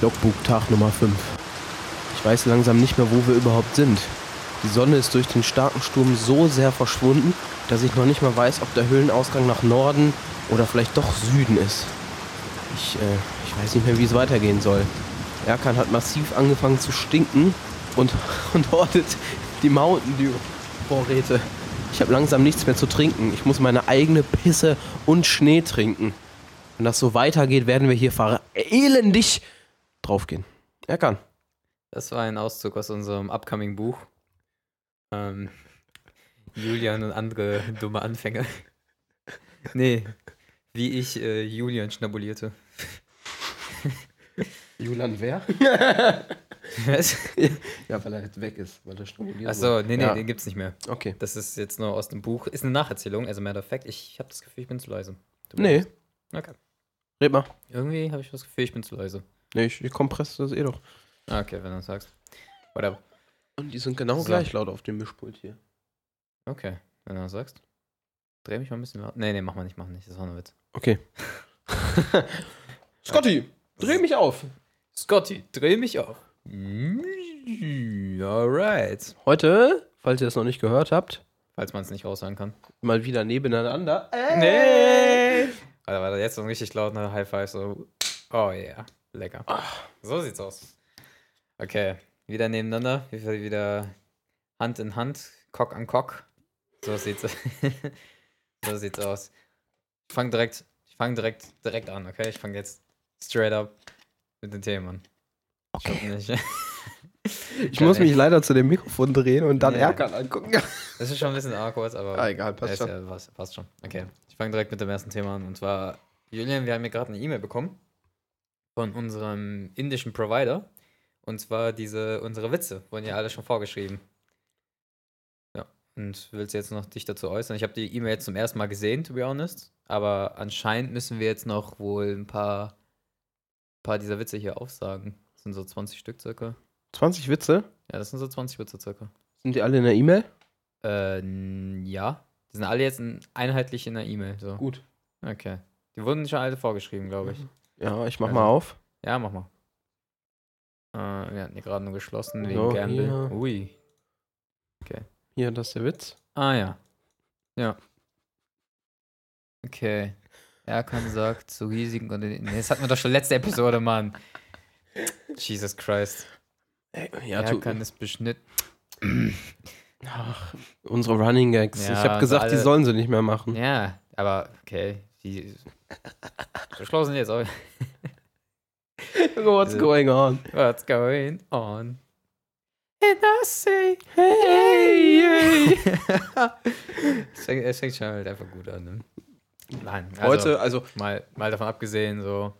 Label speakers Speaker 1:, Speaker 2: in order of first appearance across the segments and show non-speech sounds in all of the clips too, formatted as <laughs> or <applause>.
Speaker 1: Logbuchtag Nummer 5. Ich weiß langsam nicht mehr, wo wir überhaupt sind. Die Sonne ist durch den starken Sturm so sehr verschwunden, dass ich noch nicht mal weiß, ob der Höhlenausgang nach Norden oder vielleicht doch Süden ist. Ich, äh, ich weiß nicht mehr, wie es weitergehen soll. Erkan hat massiv angefangen zu stinken und, <laughs> und hortet die Mountain Dew Vorräte. Ich habe langsam nichts mehr zu trinken. Ich muss meine eigene Pisse und Schnee trinken. Wenn das so weitergeht, werden wir hier ver- elendig draufgehen. Erkan.
Speaker 2: Das war ein Auszug aus unserem upcoming Buch. Ähm, Julian und andere dumme Anfänger. <laughs> nee, wie ich äh, Julian schnabulierte. <laughs>
Speaker 1: Julian wer?
Speaker 2: Was?
Speaker 1: <laughs> Ja, weil er jetzt weg ist, weil er stimuliert
Speaker 2: Achso, nee, nee,
Speaker 1: Ja.
Speaker 2: den gibt's nicht mehr.
Speaker 1: Okay.
Speaker 2: Das ist jetzt nur aus dem Buch. Ist eine Nacherzählung, also matter of fact, ich habe das Gefühl, ich bin zu leise. Du
Speaker 1: Nee,
Speaker 2: merkst. Okay.
Speaker 1: red mal.
Speaker 2: Irgendwie habe ich das Gefühl, ich bin zu leise.
Speaker 1: Nee, ich, ich kompresse das eh doch.
Speaker 2: Ah, okay, wenn du das sagst. Whatever.
Speaker 1: Und die sind genau
Speaker 2: So.
Speaker 1: gleich laut auf dem Mischpult hier.
Speaker 2: Okay, wenn du das sagst. Dreh mich mal ein bisschen laut. Nee, nee, mach mal nicht, mach nicht. Das war nur Witz.
Speaker 1: Okay. <laughs> Scotty, dreh mich auf.
Speaker 2: Scotty, dreh mich auf. Mm, Alright.
Speaker 1: Heute, falls ihr das noch nicht gehört habt,
Speaker 2: Falls man es nicht raushören kann.
Speaker 1: mal wieder nebeneinander. Äh.
Speaker 2: Nee! Alter, war das jetzt so ein richtig lauter High Five, so. Oh yeah, lecker. So sieht's aus. Okay, wieder nebeneinander, wieder, wieder Hand in Hand, Cock an Cock. So sieht's, <laughs> so sieht's aus. Ich fang direkt, ich fang direkt, direkt an, okay? Ich fang jetzt straight up mit den Themen an. Ich hoffe nicht. <laughs>
Speaker 1: Ich muss mich leider zu dem Mikrofon drehen und dann
Speaker 2: Nee.
Speaker 1: Erkan angucken.
Speaker 2: Das ist schon ein bisschen arg kurz, aber.
Speaker 1: Ah, <laughs> egal, passt
Speaker 2: Passt
Speaker 1: schon.
Speaker 2: Äh, Ja, passt, passt schon. Okay. Ich fange direkt mit dem ersten Thema an. Und zwar, Julian, wir haben hier gerade eine E-Mail bekommen von unserem indischen Provider. Und zwar diese, unsere Witze wurden ja alle schon vorgeschrieben. Ja. Und willst jetzt noch dich dazu äußern? Ich habe die E-Mail jetzt zum ersten Mal gesehen, to be honest. Aber anscheinend müssen wir jetzt noch wohl ein paar, paar dieser Witze hier aufsagen. Das sind so 20 Stück circa.
Speaker 1: 20 Witze.
Speaker 2: Ja, das sind so 20 Witze circa.
Speaker 1: Sind die alle in der E-Mail?
Speaker 2: Äh, n- ja. Die sind alle jetzt in, einheitlich in der E-Mail. So.
Speaker 1: Gut. Mhm.
Speaker 2: Okay. Die wurden schon alle vorgeschrieben, glaube ich.
Speaker 1: Ja, ich mach
Speaker 2: Also,
Speaker 1: mal auf.
Speaker 2: Ja, mach mal. Äh, wir hatten die gerade nur geschlossen wegen
Speaker 1: So,
Speaker 2: Gamble.
Speaker 1: hier.
Speaker 2: Ui.
Speaker 1: Hier, das ist der Witz.
Speaker 2: Ah ja. Ja. Okay. Erkan sagt zu riesigen und nee, das hatten wir doch schon letzte Episode, Mann. Jesus Christ.
Speaker 1: Ja, tu,
Speaker 2: Äh, Erkan ist beschnitten.
Speaker 1: ach, unsere Running Gags.
Speaker 2: Ja,
Speaker 1: ich habe gesagt,
Speaker 2: also
Speaker 1: die
Speaker 2: alle-
Speaker 1: sollen sie nicht mehr machen.
Speaker 2: Ja, aber okay. Die. So schlau sind die jetzt auch.
Speaker 1: <laughs> What's going on?
Speaker 2: What's going on? And I say,
Speaker 1: Hey, hey.
Speaker 2: es fängt, <laughs> es fängt schon halt einfach gut an. Ne? Nein, also
Speaker 1: Heute, also,
Speaker 2: mal, mal davon abgesehen, so,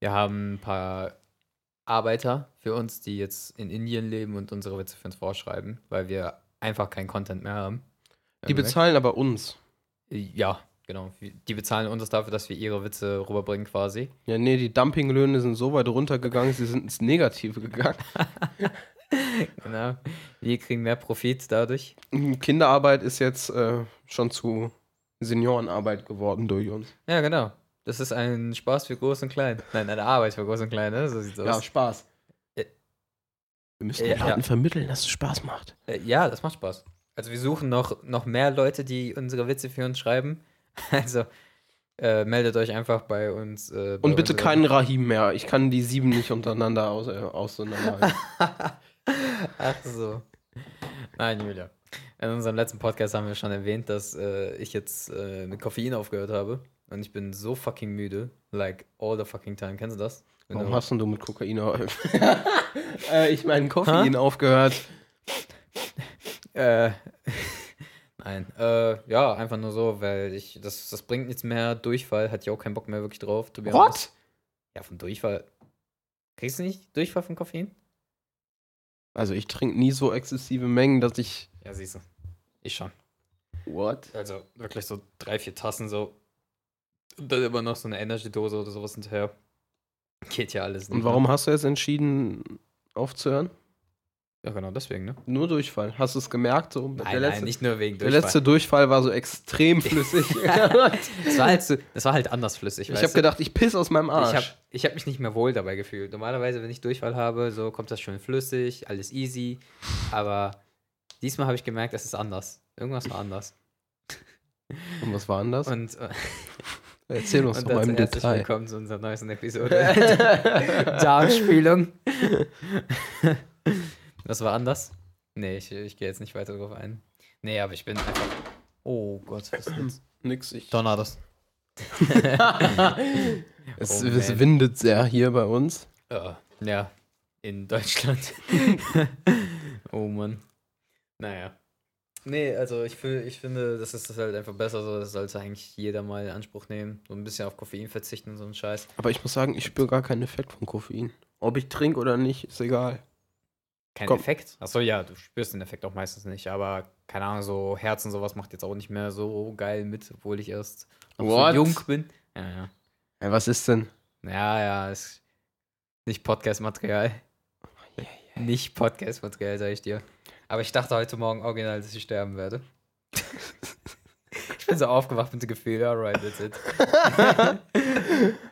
Speaker 2: wir haben ein paar Arbeiter für uns, die jetzt in Indien leben und unsere Witze für uns vorschreiben, weil wir einfach keinen Content mehr haben.
Speaker 1: die
Speaker 2: Irgendwie.
Speaker 1: bezahlen aber uns.
Speaker 2: Ja, genau. Die bezahlen uns dafür, dass wir ihre Witze rüberbringen quasi.
Speaker 1: Ja, nee, die Dumpinglöhne sind so weit runtergegangen, sie sind ins Negative gegangen. <laughs>
Speaker 2: Genau. Wir kriegen mehr Profit dadurch.
Speaker 1: Kinderarbeit ist jetzt äh, schon zu Seniorenarbeit geworden durch uns.
Speaker 2: Ja, genau. Das ist ein Spaß für groß und klein. Nein, eine Arbeit für groß und klein, ne? So sieht's aus.
Speaker 1: Spaß.
Speaker 2: Äh,
Speaker 1: Wir müssen
Speaker 2: äh,
Speaker 1: den Leuten
Speaker 2: ja.
Speaker 1: vermitteln, dass es Spaß macht.
Speaker 2: Äh, ja, das macht Spaß. Also wir suchen noch, noch mehr Leute, die unsere Witze für uns schreiben. <laughs> Also äh, meldet euch einfach bei uns. Äh, bei
Speaker 1: Und bitte
Speaker 2: unserem-
Speaker 1: keinen Rahim mehr. Ich kann die sieben nicht untereinander aus, äh, auseinanderhalten.
Speaker 2: <laughs> Ach so. Nein, Julia. In unserem letzten Podcast haben wir schon erwähnt, dass äh, ich jetzt äh, mit Koffein aufgehört habe. Und ich bin so fucking müde. Like all the fucking time. Kennst du das? Wenn
Speaker 1: Warum
Speaker 2: du-
Speaker 1: hast denn du mit Kokain
Speaker 2: <laughs>
Speaker 1: aufgehört? <laughs> äh, ich meine, Koffein aufgehört.
Speaker 2: Äh, <laughs> nein, äh, ja, einfach nur so, weil ich, das, das bringt nichts mehr. Durchfall hat ja auch keinen Bock mehr wirklich drauf. to be honest.
Speaker 1: What?
Speaker 2: Ja, von Durchfall. Kriegst du nicht Durchfall von Koffein?
Speaker 1: Also, ich trinke nie so exzessive Mengen, dass ich.
Speaker 2: Ja, siehst du. Ich schon.
Speaker 1: What?
Speaker 2: Also wirklich so drei, vier Tassen so. Und dann immer noch so eine Energy-Dose oder sowas hinterher. Geht ja alles nicht.
Speaker 1: Und warum hast du jetzt entschieden, aufzuhören?
Speaker 2: ne? Ja, genau, deswegen, ne?
Speaker 1: Nur Durchfall. Hast du es gemerkt? So,
Speaker 2: Nein, nein, nicht nur wegen
Speaker 1: der
Speaker 2: Durchfall.
Speaker 1: letzte Durchfall war so
Speaker 2: <laughs>
Speaker 1: extrem flüssig.
Speaker 2: das, war halt, so- das war halt anders
Speaker 1: <laughs>
Speaker 2: flüssig.
Speaker 1: ich
Speaker 2: weißt
Speaker 1: habe
Speaker 2: du?
Speaker 1: gedacht, ich piss aus meinem Arsch.
Speaker 2: Ich habe ich hab mich nicht mehr wohl dabei gefühlt. Normalerweise, wenn ich Durchfall habe, so kommt das schön flüssig, alles easy. Aber diesmal habe ich gemerkt, es ist anders. Irgendwas war anders.
Speaker 1: Und was war anders?
Speaker 2: Und, äh,
Speaker 1: Erzähl uns
Speaker 2: und
Speaker 1: doch mal
Speaker 2: dazu
Speaker 1: im
Speaker 2: herzlich
Speaker 1: Detail.
Speaker 2: willkommen zu unserer neuesten Episode. <laughs> Darmspülung. <laughs> das war anders. Nee, ich, ich gehe jetzt nicht weiter drauf ein. Nee, aber ich bin einfach. Oh Gott, was ist jetzt?
Speaker 1: <laughs> Nix, ich.
Speaker 2: <laughs> Tornados.
Speaker 1: Es,
Speaker 2: Oh,
Speaker 1: es
Speaker 2: man.
Speaker 1: windet sehr hier bei uns.
Speaker 2: Ja, ja, in <laughs> Deutschland. oh Mann. Naja. Nee, also ich, fühl, ich finde, das ist halt einfach besser so. Das sollte eigentlich jeder mal in Anspruch nehmen. So ein bisschen auf Koffein verzichten und so einen Scheiß.
Speaker 1: Aber ich muss sagen, ich spüre gar keinen Effekt von Koffein. Ob ich trinke oder nicht, ist egal.
Speaker 2: Kein
Speaker 1: Komm.
Speaker 2: Effekt? Achso, ja, du spürst den Effekt auch meistens nicht. Aber keine Ahnung, so Herz und sowas macht jetzt auch nicht mehr so geil mit, obwohl ich erst noch so
Speaker 1: What?
Speaker 2: jung bin. Ja, ja.
Speaker 1: Ja, was ist
Speaker 2: <laughs>
Speaker 1: denn?
Speaker 2: Ja, ja, ist nicht Podcast-Material. Nicht Podcast-Material, sag ich dir. Aber ich dachte heute Morgen original, dass ich sterben werde. ich bin so aufgewacht mit dem Gefühl, alright, that's it.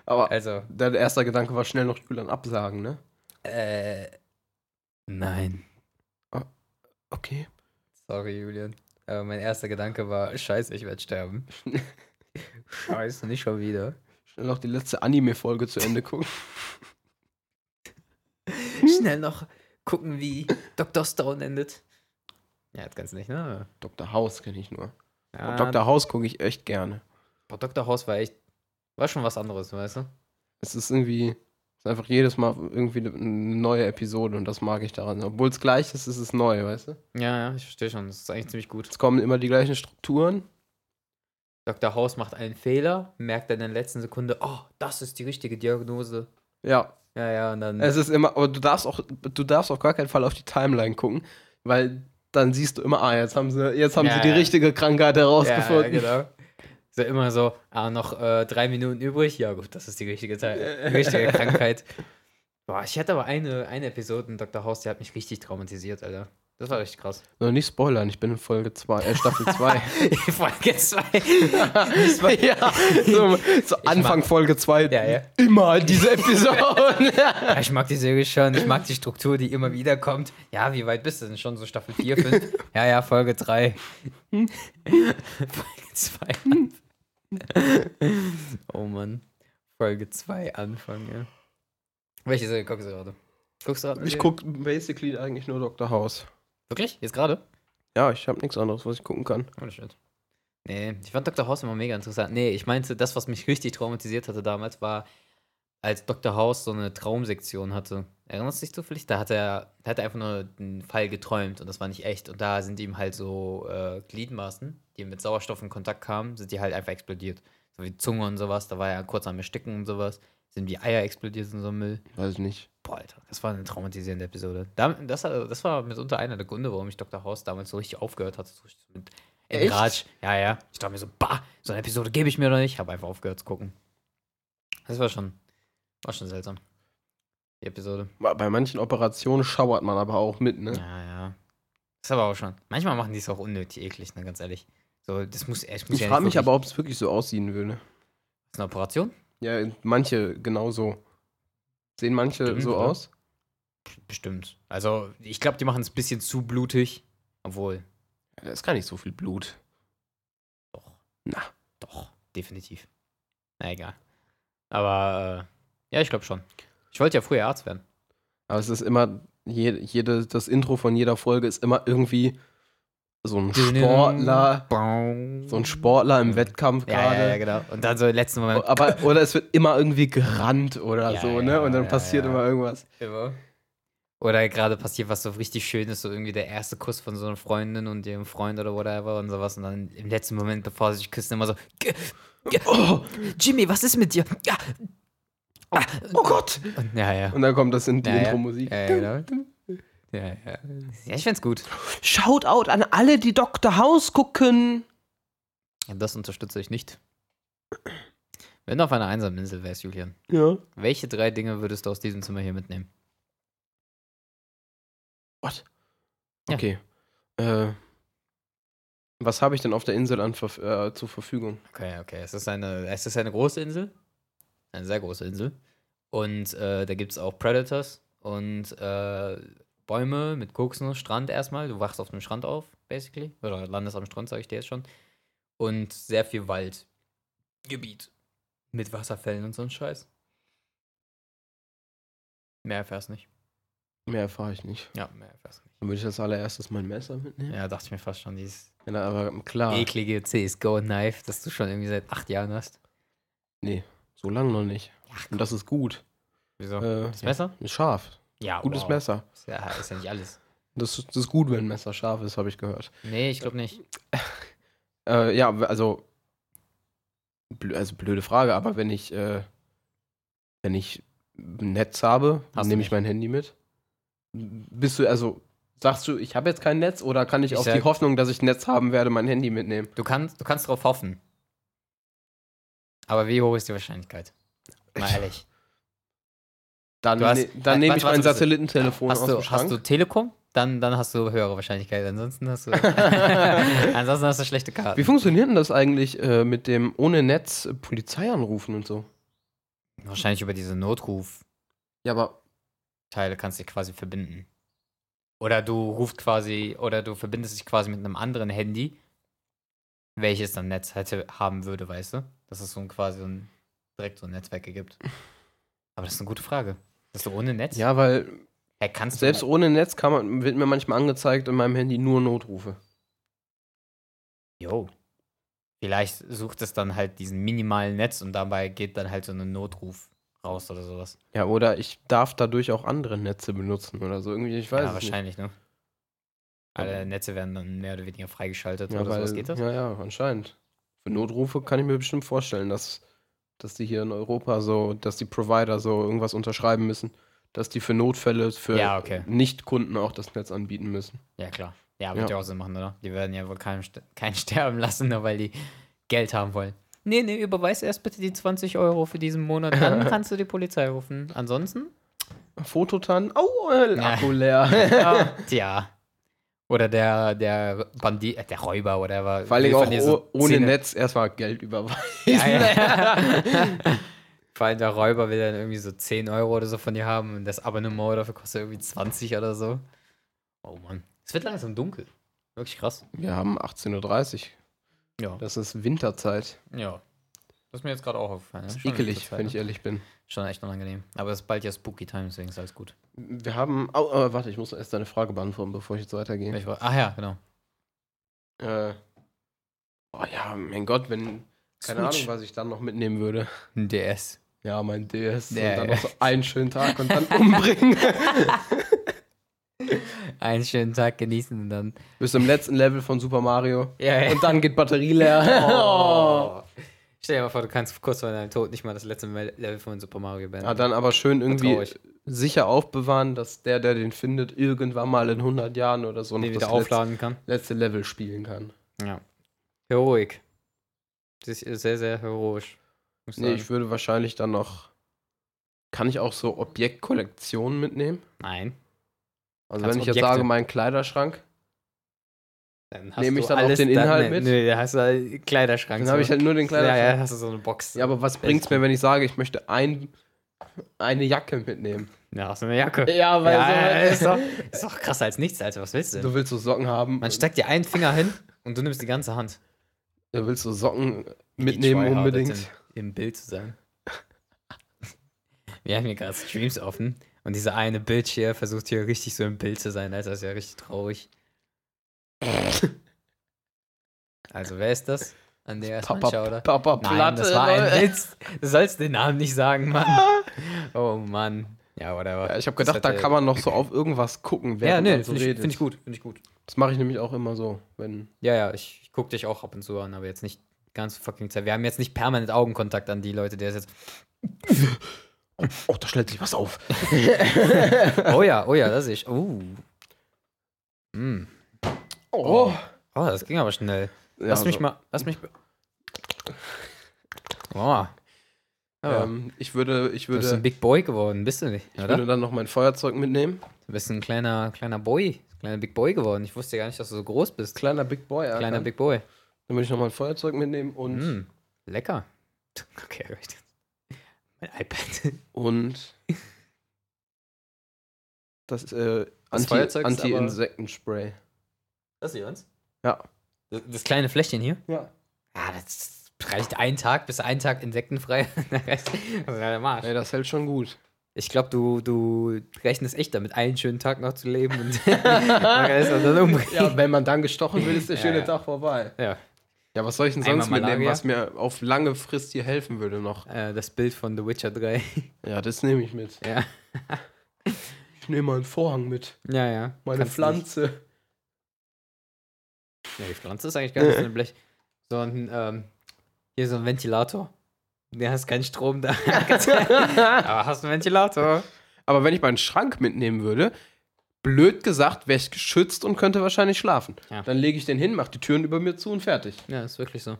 Speaker 1: Aber
Speaker 2: Also,
Speaker 1: dein erster Gedanke war schnell noch Julian absagen, ne?
Speaker 2: äh, nein.
Speaker 1: Okay.
Speaker 2: Sorry, Julian. Aber mein erster Gedanke war, scheiße, ich werde sterben. scheiße, nicht schon wieder.
Speaker 1: Schnell noch die letzte Anime-Folge zu Ende
Speaker 2: <laughs>
Speaker 1: gucken.
Speaker 2: Schnell noch gucken, wie Dr. Stone endet. Ja, jetzt kannst du nicht, ne?
Speaker 1: Dr. House kenne ich nur.
Speaker 2: Ja,
Speaker 1: Und
Speaker 2: Ah.
Speaker 1: Dr. Ah. House gucke ich echt gerne.
Speaker 2: Boah, Dr. House war echt. War schon was anderes, weißt du?
Speaker 1: Es ist irgendwie, es ist einfach jedes Mal irgendwie eine neue Episode und das mag ich daran. Obwohl es gleich ist, ist es neu, weißt du?
Speaker 2: Ja, ja, ich verstehe schon. Das ist eigentlich ziemlich gut.
Speaker 1: Es kommen immer die gleichen Strukturen.
Speaker 2: Dr. House macht einen Fehler, merkt dann in der letzten Sekunde, oh, das ist die richtige Diagnose.
Speaker 1: Ja,
Speaker 2: Ja, ja, und dann.
Speaker 1: es ist immer, aber du darfst auch, du darfst auf gar keinen Fall auf die Timeline gucken, weil dann siehst du immer, ah, jetzt haben sie, jetzt haben
Speaker 2: Ja,
Speaker 1: sie die
Speaker 2: ja.
Speaker 1: richtige Krankheit herausgefunden.
Speaker 2: Ja, ja, genau. So immer so, ah, noch äh, drei Minuten übrig. Ja, gut, das ist die richtige, Zeit, die <laughs> richtige Krankheit. Boah, ich hatte aber eine, eine Episode in Dr. House, die hat mich richtig traumatisiert, Alter. Das war richtig krass.
Speaker 1: Noch nicht spoilern, ich bin in Folge 2, äh, <laughs> Staffel 2.
Speaker 2: <laughs> Folge <laughs> 2.
Speaker 1: ja, so, so Anfang Folge 2,
Speaker 2: Ja, ja.
Speaker 1: immer diese <laughs> Episode.
Speaker 2: Ja, ich mag die Serie schon, ich mag die Struktur, die immer wieder kommt. Ja, wie weit bist du denn schon? So Staffel 4, 5? Ja, ja, Folge 3. Folge 2 Anfang. Oh Mann. Folge 2 Anfang, ja. Welche Serie guckst du gerade? Guckst du gerade? eine
Speaker 1: ich
Speaker 2: Serie?
Speaker 1: gucke basically eigentlich nur Dr. House.
Speaker 2: Wirklich? Jetzt gerade?
Speaker 1: Ja, ich habe nichts anderes, was ich gucken kann.
Speaker 2: Oh, shit. Nee, ich fand Dr. House immer mega interessant. Nee, ich meinte, das, was mich richtig traumatisiert hatte damals, war, als Dr. House so eine Traumsektion hatte. Erinnerst du dich zufällig? Da hat er, da hat er einfach nur einen Fall geträumt und das war nicht echt. Und da sind ihm halt so äh, Gliedmaßen, die mit Sauerstoff in Kontakt kamen, sind die halt einfach explodiert. So wie Zunge und sowas, da war er kurz am Ersticken und sowas. Sind die Eier explodiert und so ein Müll.
Speaker 1: Weiß ich nicht.
Speaker 2: Boah, Alter, das war eine traumatisierende Episode. Dam- Das, hat- das war mitunter einer der Gründe, warum ich Dr. House damals so richtig aufgehört hatte. So richtig mit
Speaker 1: Echt?
Speaker 2: Enrage. Ja, ja. Ich dachte mir so, bah, so eine Episode gebe ich mir doch nicht. Habe einfach aufgehört zu gucken. Das war schon, war schon seltsam. Die Episode.
Speaker 1: Bei manchen Operationen schauert man aber auch mit, ne?
Speaker 2: Ja, ja. Das aber auch schon. Manchmal machen die es auch unnötig eklig, ne, ganz ehrlich. So, das muss, es muss
Speaker 1: Ich
Speaker 2: ja
Speaker 1: frage mich
Speaker 2: wirklich-
Speaker 1: aber, ob es wirklich so aussehen würde.
Speaker 2: Ist eine Operation?
Speaker 1: Ja, manche genauso. Sehen manche
Speaker 2: Stimmt,
Speaker 1: so
Speaker 2: ne?
Speaker 1: aus?
Speaker 2: Bestimmt. Also, ich glaube, die machen es ein bisschen zu blutig. Obwohl,
Speaker 1: Da ist gar nicht so viel Blut.
Speaker 2: Doch.
Speaker 1: Na.
Speaker 2: Doch, definitiv. Na egal. Aber äh, ja, ich glaube schon. Ich wollte ja früher Arzt werden.
Speaker 1: Aber es ist immer, je, jede, das Intro von jeder Folge ist immer irgendwie so ein Sportler, so ein Sportler im Wettkampf
Speaker 2: Ja,
Speaker 1: gerade. Oh, ah.
Speaker 2: ja, ja, genau. Und dann so im letzten Moment.
Speaker 1: Aber, oder es wird immer irgendwie gerannt oder
Speaker 2: Ja,
Speaker 1: so,
Speaker 2: ja,
Speaker 1: ne? Und dann
Speaker 2: ja,
Speaker 1: passiert
Speaker 2: ja.
Speaker 1: immer irgendwas.
Speaker 2: Immer. Oder gerade passiert was so richtig Schönes, so irgendwie der erste Kuss von so einer Freundin und ihrem Freund oder whatever und sowas. Und dann im letzten Moment, bevor sie sich küssen, immer so: "G- g- Jimmy, was ist mit dir? Ja. Ah.
Speaker 1: Oh Gott!
Speaker 2: Und, ja, ja.
Speaker 1: Und dann kommt das in die
Speaker 2: Ja, ja.
Speaker 1: Intro-Musik.
Speaker 2: Ja, ja, genau. ja, ja. ja, ich find's gut.
Speaker 1: Shoutout an alle, die Dr. House gucken!
Speaker 2: Ja, Das unterstütze ich nicht. Wenn du auf einer einsamen Insel wärst, Julian,
Speaker 1: Ja.
Speaker 2: welche drei Dinge würdest du aus diesem Zimmer hier mitnehmen?
Speaker 1: What?
Speaker 2: Ja.
Speaker 1: Okay. Äh, was habe ich denn auf der Insel an, Verf- äh, zur Verfügung?
Speaker 2: Okay, okay. Es ist eine, es ist eine große Insel. Eine sehr große Insel. Und äh, da gibt es auch Predators und äh, Bäume mit Koksen, Strand erstmal. Du wachst auf dem Strand auf, basically. Oder landest am Strand, sage ich dir jetzt schon. Und sehr viel Wald. Gebiet. Mit Wasserfällen und so ein Scheiß. Mehr erfährst nicht.
Speaker 1: Mehr erfahre ich nicht.
Speaker 2: Ja, mehr erfährst nicht.
Speaker 1: Dann würde ich als allererstes mein Messer mitnehmen.
Speaker 2: Ja, dachte ich mir fast schon, dieses
Speaker 1: Ja. na, aber klar,
Speaker 2: eklige CSGO-Knife, das du schon irgendwie seit acht Jahren hast.
Speaker 1: so lange noch nicht. Und das ist gut.
Speaker 2: Wieso?
Speaker 1: Äh,
Speaker 2: das Messer?
Speaker 1: Ist scharf.
Speaker 2: Ja,
Speaker 1: Gutes
Speaker 2: wow.
Speaker 1: Messer.
Speaker 2: Ist Ja, ist ja nicht alles.
Speaker 1: Das, ist- das ist gut, wenn ein Messer scharf ist, habe ich gehört.
Speaker 2: Nee, ich glaube nicht.
Speaker 1: Äh, ja, w- also, blö, also blöde Frage, aber wenn ich, äh, wenn ich ein Netz habe,
Speaker 2: Hast du
Speaker 1: nehme ich
Speaker 2: nicht.
Speaker 1: mein Handy mit. Bist du, also, sagst du, ich habe jetzt kein Netz oder kann ich,
Speaker 2: Ich
Speaker 1: auf die
Speaker 2: sag-
Speaker 1: Hoffnung, dass ich ein Netz haben werde, mein Handy mitnehmen?
Speaker 2: Du kannst, du kannst drauf hoffen. Aber wie hoch ist die Wahrscheinlichkeit? Mal
Speaker 1: <laughs>
Speaker 2: ehrlich.
Speaker 1: Dann,
Speaker 2: Du hast-
Speaker 1: ne, dann nehme
Speaker 2: Warte,
Speaker 1: ich
Speaker 2: warte,
Speaker 1: mein
Speaker 2: warte.
Speaker 1: Satellitentelefon
Speaker 2: Hast
Speaker 1: aus
Speaker 2: du,
Speaker 1: dem
Speaker 2: hast
Speaker 1: Schrank.
Speaker 2: du Telekom, dann, dann hast du höhere Wahrscheinlichkeit.
Speaker 1: <laughs>
Speaker 2: Ansonsten hast du. <laughs> ansonsten hast du schlechte Karten.
Speaker 1: Wie funktioniert denn das eigentlich äh, mit dem ohne Netz äh, Polizei anrufen und so?
Speaker 2: Wahrscheinlich über diese Notrufteile
Speaker 1: Ja, aber
Speaker 2: kannst du dich quasi verbinden. Oder du rufst quasi, oder du verbindest dich quasi mit einem anderen Handy, welches dann Netz hätte haben würde, weißt du? Dass es so ein quasi so ein, direkt so ein Netzwerk
Speaker 1: <laughs>
Speaker 2: gibt. Aber das ist eine gute Frage. Bist du ohne Netz?
Speaker 1: ja, weil
Speaker 2: Hey, kannst
Speaker 1: selbst
Speaker 2: du.
Speaker 1: ohne Netz kann man, wird mir manchmal angezeigt in meinem Handy nur Notrufe.
Speaker 2: Jo. Vielleicht sucht es dann halt diesen minimalen Netz und dabei geht dann halt so ein Notruf raus oder sowas.
Speaker 1: Ja, oder ich darf dadurch auch andere Netze benutzen oder so. Irgendwie, ich weiß
Speaker 2: ja,
Speaker 1: es nicht.
Speaker 2: wahrscheinlich, ne? Alle Netze werden dann mehr oder weniger freigeschaltet
Speaker 1: Ja,
Speaker 2: oder
Speaker 1: weil,
Speaker 2: sowas geht das?
Speaker 1: ja, ja, anscheinend. Für Notrufe kann ich mir bestimmt vorstellen, dass, dass die hier in Europa so, dass die Provider so irgendwas unterschreiben müssen, dass die für Notfälle für
Speaker 2: Ja, okay.
Speaker 1: Nicht-Kunden auch das Netz anbieten müssen.
Speaker 2: Ja, klar. Ja, wird
Speaker 1: Ja.
Speaker 2: ja auch Sinn machen, oder? Die werden ja wohl keinen st- keinen <laughs> sterben lassen, nur weil die Geld haben wollen. Nee, nee, überweis erst bitte die 20 Euro für diesen Monat,
Speaker 1: <laughs>
Speaker 2: dann kannst du die Polizei rufen. Ansonsten?
Speaker 1: Fototan, au, äh,
Speaker 2: Ja.
Speaker 1: Akku
Speaker 2: <laughs>
Speaker 1: leer.
Speaker 2: Ah, tja. Oder der, der Bandit, äh, der Räuber oder was.
Speaker 1: Vor allem
Speaker 2: von
Speaker 1: auch
Speaker 2: dieser
Speaker 1: oh- ohne
Speaker 2: Szene-
Speaker 1: Netz erstmal Geld überweisen.
Speaker 2: Ja, ja.
Speaker 1: <laughs>
Speaker 2: <laughs> Vor allem der Räuber will dann irgendwie so 10 Euro oder so von dir haben und das Abonnement dafür kostet irgendwie 20 oder so. Oh Mann. Es wird langsam dunkel. Wirklich krass.
Speaker 1: Wir haben 18.30 Uhr.
Speaker 2: Ja.
Speaker 1: Das ist Winterzeit.
Speaker 2: Ja. Das ist mir jetzt gerade auch aufgefallen. ne?
Speaker 1: Das ist ekelig, wenn ich ehrlich bin.
Speaker 2: Schon echt unangenehm. Aber es ist bald ja Spooky Time, deswegen ist alles gut.
Speaker 1: Wir haben. Au, äh, warte, ich muss erst deine Frage beantworten, bevor ich jetzt weitergehe.
Speaker 2: Ich war, ach ja, genau.
Speaker 1: Äh, oh ja, mein Gott, wenn. Keine
Speaker 2: Switch.
Speaker 1: Ahnung, was ich dann noch mitnehmen würde.
Speaker 2: Ein DS.
Speaker 1: Ja, mein DS.
Speaker 2: Ja,
Speaker 1: und dann
Speaker 2: ja.
Speaker 1: noch so einen schönen Tag und dann
Speaker 2: <laughs>
Speaker 1: umbringen.
Speaker 2: Einen schönen Tag genießen und dann.
Speaker 1: Bis zum letzten Level von Super Mario.
Speaker 2: Ja, ja.
Speaker 1: Und dann geht Batterie leer.
Speaker 2: <laughs> Oh. Stell dir mal vor, du kannst kurz vor deinem Tod nicht mal das letzte Mel- Level von Super Mario beenden.
Speaker 1: Ja, Ah, dann aber schön irgendwie
Speaker 2: Traurig.
Speaker 1: sicher aufbewahren, dass der, der den findet, irgendwann mal in 100 Jahren oder so noch
Speaker 2: den
Speaker 1: das
Speaker 2: wieder
Speaker 1: letzte,
Speaker 2: aufladen kann.
Speaker 1: letzte Level spielen kann.
Speaker 2: Ja. Heroik. Das ist sehr, sehr heroisch. Muss
Speaker 1: Nee,
Speaker 2: nee,
Speaker 1: ich würde wahrscheinlich dann noch. Kann ich auch so Objektkollektionen mitnehmen?
Speaker 2: Nein.
Speaker 1: Also,
Speaker 2: Als
Speaker 1: wenn ich jetzt
Speaker 2: Objekte.
Speaker 1: sage, meinen Kleiderschrank,
Speaker 2: Dann
Speaker 1: Nehme ich dann auch den Inhalt mit?
Speaker 2: Nee, da hast du halt einen Kleiderschrank.
Speaker 1: dann
Speaker 2: so.
Speaker 1: habe ich halt nur den
Speaker 2: ja,
Speaker 1: Kleiderschrank.
Speaker 2: ja, hast du so eine Box.
Speaker 1: Ja, aber was bringt's mir, wenn ich sage, ich möchte ein, eine Jacke mitnehmen?
Speaker 2: Ja, hast du eine Jacke.
Speaker 1: Ja,
Speaker 2: Ja,
Speaker 1: weil
Speaker 2: ja,
Speaker 1: so,
Speaker 2: ist, doch, ist doch krasser als nichts, Alter. Was willst du denn?
Speaker 1: <laughs> du willst so Socken haben.
Speaker 2: Man steckt dir einen Finger hin und du nimmst die ganze Hand.
Speaker 1: du willst so Socken
Speaker 2: Die
Speaker 1: mitnehmen
Speaker 2: Tryharder
Speaker 1: unbedingt.
Speaker 2: sind Im, Bild zu sein. <laughs> Wir haben hier gerade Streams offen und dieser eine Bitch hier versucht hier richtig so im Bild zu sein, Alter. Das ist ja
Speaker 1: <laughs>
Speaker 2: richtig traurig. Also, wer ist das? An der erstmal
Speaker 1: Papa,
Speaker 2: Schauder.
Speaker 1: Papa, Papa
Speaker 2: Nein,
Speaker 1: Platte.
Speaker 2: das war ein
Speaker 1: Leute.
Speaker 2: Witz. Du sollst den Namen nicht
Speaker 1: <laughs>
Speaker 2: sagen, Mann. Oh Mann. Ja, whatever.
Speaker 1: ja, ich habe gedacht,
Speaker 2: Das
Speaker 1: da
Speaker 2: hätte-
Speaker 1: kann man noch so auf irgendwas gucken,
Speaker 2: Ja,
Speaker 1: während
Speaker 2: nee,
Speaker 1: man so
Speaker 2: finde ich,
Speaker 1: redet.
Speaker 2: find ich gut, finde ich gut.
Speaker 1: Das mache ich nämlich auch immer so, wenn
Speaker 2: Ja, ja, ich, ich gucke dich auch ab und zu an, aber jetzt nicht ganz fucking Zeit. Wir haben jetzt nicht permanent Augenkontakt an die Leute, der ist
Speaker 1: <laughs>
Speaker 2: jetzt.
Speaker 1: Oh, da stellt sich was auf.
Speaker 2: Oh ja, oh ja, das sehe ich. Oh. Mm.
Speaker 1: Oh.
Speaker 2: Oh, das ging aber schnell.
Speaker 1: Ja,
Speaker 2: lass mich
Speaker 1: so.
Speaker 2: mal. Lass mich. be- Oh. Ja.
Speaker 1: Ähm, ich würde, ich
Speaker 2: Du bist
Speaker 1: würde,
Speaker 2: ein Big Boy geworden, bist du nicht?
Speaker 1: ich
Speaker 2: oder?
Speaker 1: würde dann noch mein Feuerzeug mitnehmen.
Speaker 2: Du bist ein kleiner, kleiner Boy, kleiner Big Boy geworden. Ich wusste gar nicht, dass du so groß bist.
Speaker 1: Kleiner Big Boy, Alter.
Speaker 2: Kleiner Big Boy.
Speaker 1: Dann würde ich noch mein Feuerzeug mitnehmen ähm, und,
Speaker 2: Mm, lecker. <laughs> Okay, <laughs> gut. Mein iPad.
Speaker 1: und das äh,
Speaker 2: Das
Speaker 1: Anti-
Speaker 2: Feuerzeug ist aber-
Speaker 1: Anti-Insektenspray.
Speaker 2: Das ist uns?
Speaker 1: Ja.
Speaker 2: Das, das kleine Fläschchen hier?
Speaker 1: Ja.
Speaker 2: Ja, Ah, das reicht einen Tag, bis einen Tag <laughs> insektenfrei. Der Rest- also der Marsch.
Speaker 1: Ey, das hält schon <laughs> gut.
Speaker 2: Ich glaube, du, du rechnest echt damit, einen schönen Tag noch zu leben und <laughs> den Rest dann umbringen.
Speaker 1: Ja, wenn man dann gestochen wird, ist der
Speaker 2: Ja,
Speaker 1: schöne
Speaker 2: ja.
Speaker 1: Tag vorbei.
Speaker 2: Ja.
Speaker 1: Ja, was soll ich denn
Speaker 2: Einmal
Speaker 1: sonst mitnehmen,
Speaker 2: Malaria?
Speaker 1: was mir auf lange Frist hier helfen würde noch?
Speaker 2: Äh, das Bild von The Witcher 3.
Speaker 1: Ja, das nehme ich mit. <laughs>
Speaker 2: ja.
Speaker 1: Ich nehme meinen Vorhang mit.
Speaker 2: <laughs> Ja, ja.
Speaker 1: Meine
Speaker 2: Kannst du nicht-
Speaker 1: Pflanze.
Speaker 2: Ja, die Pflanze ist eigentlich gar nicht so ein Blech. So ein, ähm, hier so ein Ventilator. Der hast keinen Strom da.
Speaker 1: genau.
Speaker 2: <laughs> Aber hast einen Ventilator.
Speaker 1: Aber wenn ich meinen Schrank mitnehmen würde, blöd gesagt, wäre ich geschützt und könnte wahrscheinlich schlafen.
Speaker 2: Ja.
Speaker 1: Dann lege ich den hin, mache die Türen über mir zu und fertig.
Speaker 2: Ja, ist wirklich so.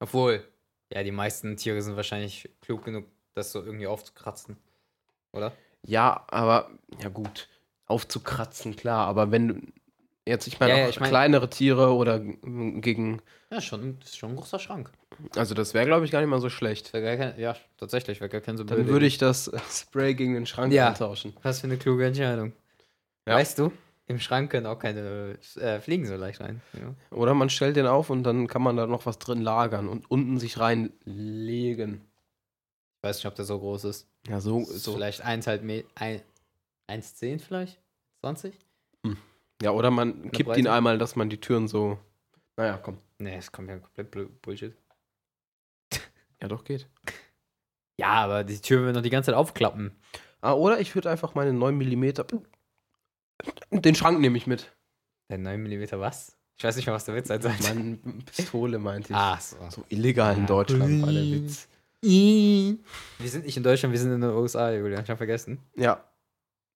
Speaker 2: Obwohl, ja, die meisten Tiere sind wahrscheinlich klug genug, das so irgendwie aufzukratzen. Oder?
Speaker 1: Ja, aber, ja gut, aufzukratzen, klar, aber wenn du jetzt, ich meine,
Speaker 2: Ja, ja,
Speaker 1: auch
Speaker 2: ich mein-
Speaker 1: kleinere Tiere oder g- gegen,
Speaker 2: Ja, schon, das ist schon ein großer Schrank.
Speaker 1: also das wäre, glaube ich, gar nicht mal so schlecht.
Speaker 2: Wär gar kein, ja, tatsächlich, wäre gar kein so
Speaker 1: Dann
Speaker 2: blöd.
Speaker 1: würde ich das <laughs> äh, Spray gegen den Schrank
Speaker 2: Ja.
Speaker 1: eintauschen.
Speaker 2: Was für eine kluge Entscheidung.
Speaker 1: Ja.
Speaker 2: Weißt du, im Schrank können auch keine äh, Fliegen so leicht rein. Ja.
Speaker 1: Oder man stellt den auf und dann kann man da noch was drin lagern und unten sich reinlegen.
Speaker 2: Ich weiß nicht, ob der so groß ist.
Speaker 1: Ja, so,
Speaker 2: Ist
Speaker 1: Oh, so.
Speaker 2: Vielleicht halt 1,5 Meter. 1,10 vielleicht? 20?
Speaker 1: Ja, oder man kippt ihn
Speaker 2: Breite?
Speaker 1: einmal, dass man die Türen so. Naja, komm.
Speaker 2: Nee, das kommt ja komplett Blu- Bullshit.
Speaker 1: Ja, doch geht.
Speaker 2: Ja, aber die Tür wird noch die ganze Zeit aufklappen.
Speaker 1: Ah, oder ich würde einfach meine 9 mm. Den Schrank nehme ich mit.
Speaker 2: Der 9 mm was? Ich weiß nicht mehr, was der Witz sein sollte.
Speaker 1: Meine <laughs> Pistole meinte ich.
Speaker 2: <laughs> Ah, so.
Speaker 1: So illegal in Deutschland war der Witz.
Speaker 2: Wir sind nicht in Deutschland, wir sind in den USA, Julian. Ich hab vergessen.
Speaker 1: Ja.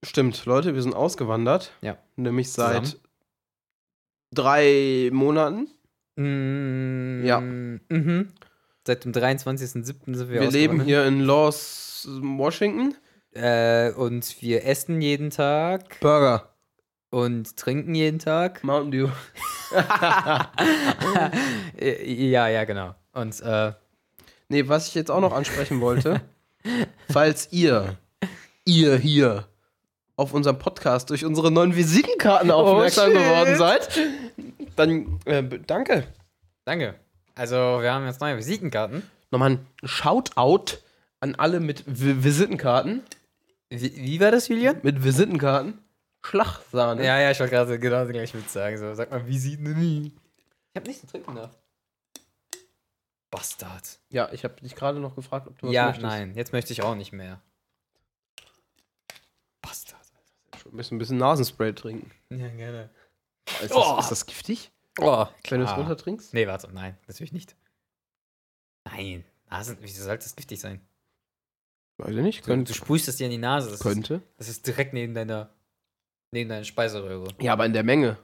Speaker 1: Stimmt, Leute, wir sind ausgewandert.
Speaker 2: Ja.
Speaker 1: Nämlich seit
Speaker 2: Zusammen.
Speaker 1: drei Monaten.
Speaker 2: Ja. Mm. Mhm. Seit dem 23.07. sind wir
Speaker 1: Wir leben
Speaker 2: ausgewandert.
Speaker 1: hier in Los, Washington.
Speaker 2: Äh, und wir essen jeden Tag
Speaker 1: Burger.
Speaker 2: und trinken jeden Tag.
Speaker 1: Mountain Dew.
Speaker 2: ja, ja, genau. Und äh,
Speaker 1: Nee, was ich jetzt auch noch ansprechen
Speaker 2: <laughs>
Speaker 1: wollte, falls ihr, ihr hier auf unserem Podcast durch unsere neuen Visitenkarten aufmerksam
Speaker 2: Oh, shit.
Speaker 1: geworden seid, dann äh, b- danke.
Speaker 2: danke. Also, wir haben jetzt neue Visitenkarten.
Speaker 1: Nochmal ein Shoutout an alle mit Vi- Visitenkarten.
Speaker 2: Wie, wie war das, Julian?
Speaker 1: Mit Visitenkarten. Schlachsahne.
Speaker 2: Ja, ja, ich wollte gerade genau den gleichen Witz sagen. So, sag mal, Visiten. Ich hab nichts zu trinken da. Bastard.
Speaker 1: Ja, ich habe dich gerade noch gefragt, ob du was
Speaker 2: ja,
Speaker 1: möchtest.
Speaker 2: nein, jetzt möchte ich auch nicht mehr. Bastard.
Speaker 1: Ich muss ein bisschen Nasenspray trinken.
Speaker 2: Ja, gerne.
Speaker 1: Ist das,
Speaker 2: Oh.
Speaker 1: ist das giftig,
Speaker 2: Oh,
Speaker 1: wenn du es
Speaker 2: klar.
Speaker 1: runtertrinkst?
Speaker 2: Nee, warte, nein, natürlich nicht. Nein, Nasen, wieso sollte das giftig sein?
Speaker 1: Weiß ich nicht.
Speaker 2: Du,
Speaker 1: Könnt,
Speaker 2: du sprühst es dir in die Nase. Das, ist,
Speaker 1: könnte.
Speaker 2: das ist direkt neben deiner, neben deiner Speiseröhre. Was ist
Speaker 1: Ja, aber in der Menge.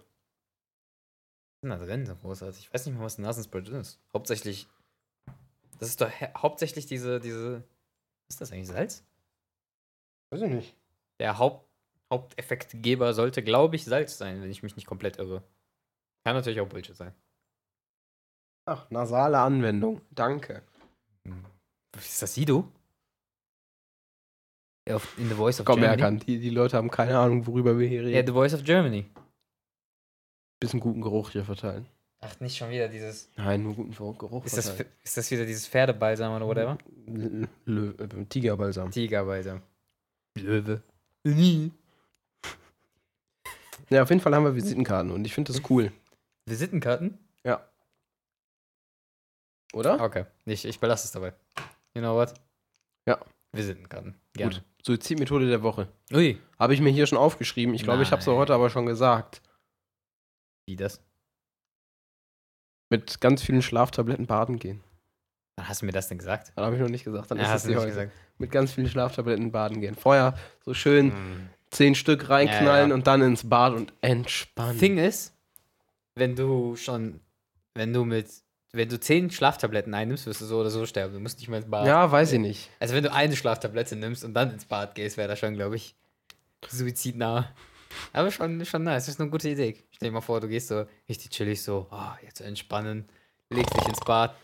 Speaker 2: denn da drin so großartig? Ich weiß nicht mal, was ein Nasenspray drin ist. Hauptsächlich. Das ist doch hä- hauptsächlich diese, diese. Was ist das eigentlich? Salz?
Speaker 1: Weiß ich nicht.
Speaker 2: Der Haupt, Haupteffektgeber sollte, glaube ich, Salz sein, wenn ich mich nicht komplett irre. Kann natürlich auch Bullshit sein.
Speaker 1: Ach, nasale Anwendung. Danke.
Speaker 2: Ist das Sido? Ja, auf- In The Voice of
Speaker 1: Komm,
Speaker 2: Germany.
Speaker 1: Erkan, die, die Leute haben keine Ahnung, worüber wir hier reden.
Speaker 2: Ja, The Voice of Germany.
Speaker 1: bisschen guten Geruch hier verteilen.
Speaker 2: Ach, nicht schon wieder dieses.
Speaker 1: Nein, nur guten Ver- Geruch
Speaker 2: Ist das, ist das wieder dieses Pferdebalsam oder whatever?
Speaker 1: L- Lö- äh, Tigerbalsam. <laughs>
Speaker 2: Tigerbalsam. Löwe.
Speaker 1: Ja, auf jeden Fall haben wir Visitenkarten und ich
Speaker 2: Hm.
Speaker 1: finde das cool,
Speaker 2: Visitenkarten?
Speaker 1: oder?
Speaker 2: Ah, Okay, ich, ich belasse es dabei. You know what?
Speaker 1: Ja.
Speaker 2: Visitenkarten. Gerne.
Speaker 1: Suizidmethode der Woche.
Speaker 2: Ui.
Speaker 1: Habe ich mir hier schon aufgeschrieben. Ich glaube, ich habe es
Speaker 2: Nein.
Speaker 1: heute aber schon gesagt.
Speaker 2: Wie das?
Speaker 1: Mit ganz vielen Schlaftabletten baden gehen.
Speaker 2: Wann hast du mir das denn gesagt?
Speaker 1: Dann habe ich noch nicht gesagt. Dann
Speaker 2: Ja,
Speaker 1: ist es
Speaker 2: hast du
Speaker 1: die
Speaker 2: nicht
Speaker 1: heute.
Speaker 2: gesagt.
Speaker 1: Mit ganz vielen Schlaftabletten baden gehen. Vorher so schön
Speaker 2: Hm.
Speaker 1: zehn Stück reinknallen
Speaker 2: Ja, ja.
Speaker 1: und dann ins Bad und entspannen.
Speaker 2: Thing ist, wenn du schon, wenn du mit wenn du zehn Schlaftabletten einnimmst, wirst du so oder so sterben. Du musst nicht mal ins Bad.
Speaker 1: Ja, weiß ich nicht.
Speaker 2: <laughs> Also wenn du eine Schlaftablette nimmst und dann ins Bad gehst, wäre das schon, glaube ich, suizidnah. Aber schon, schon nice, das ist eine gute Idee. Stell dir mal vor, du gehst so richtig chillig so, ah, jetzt entspannen, legst dich ins Bad.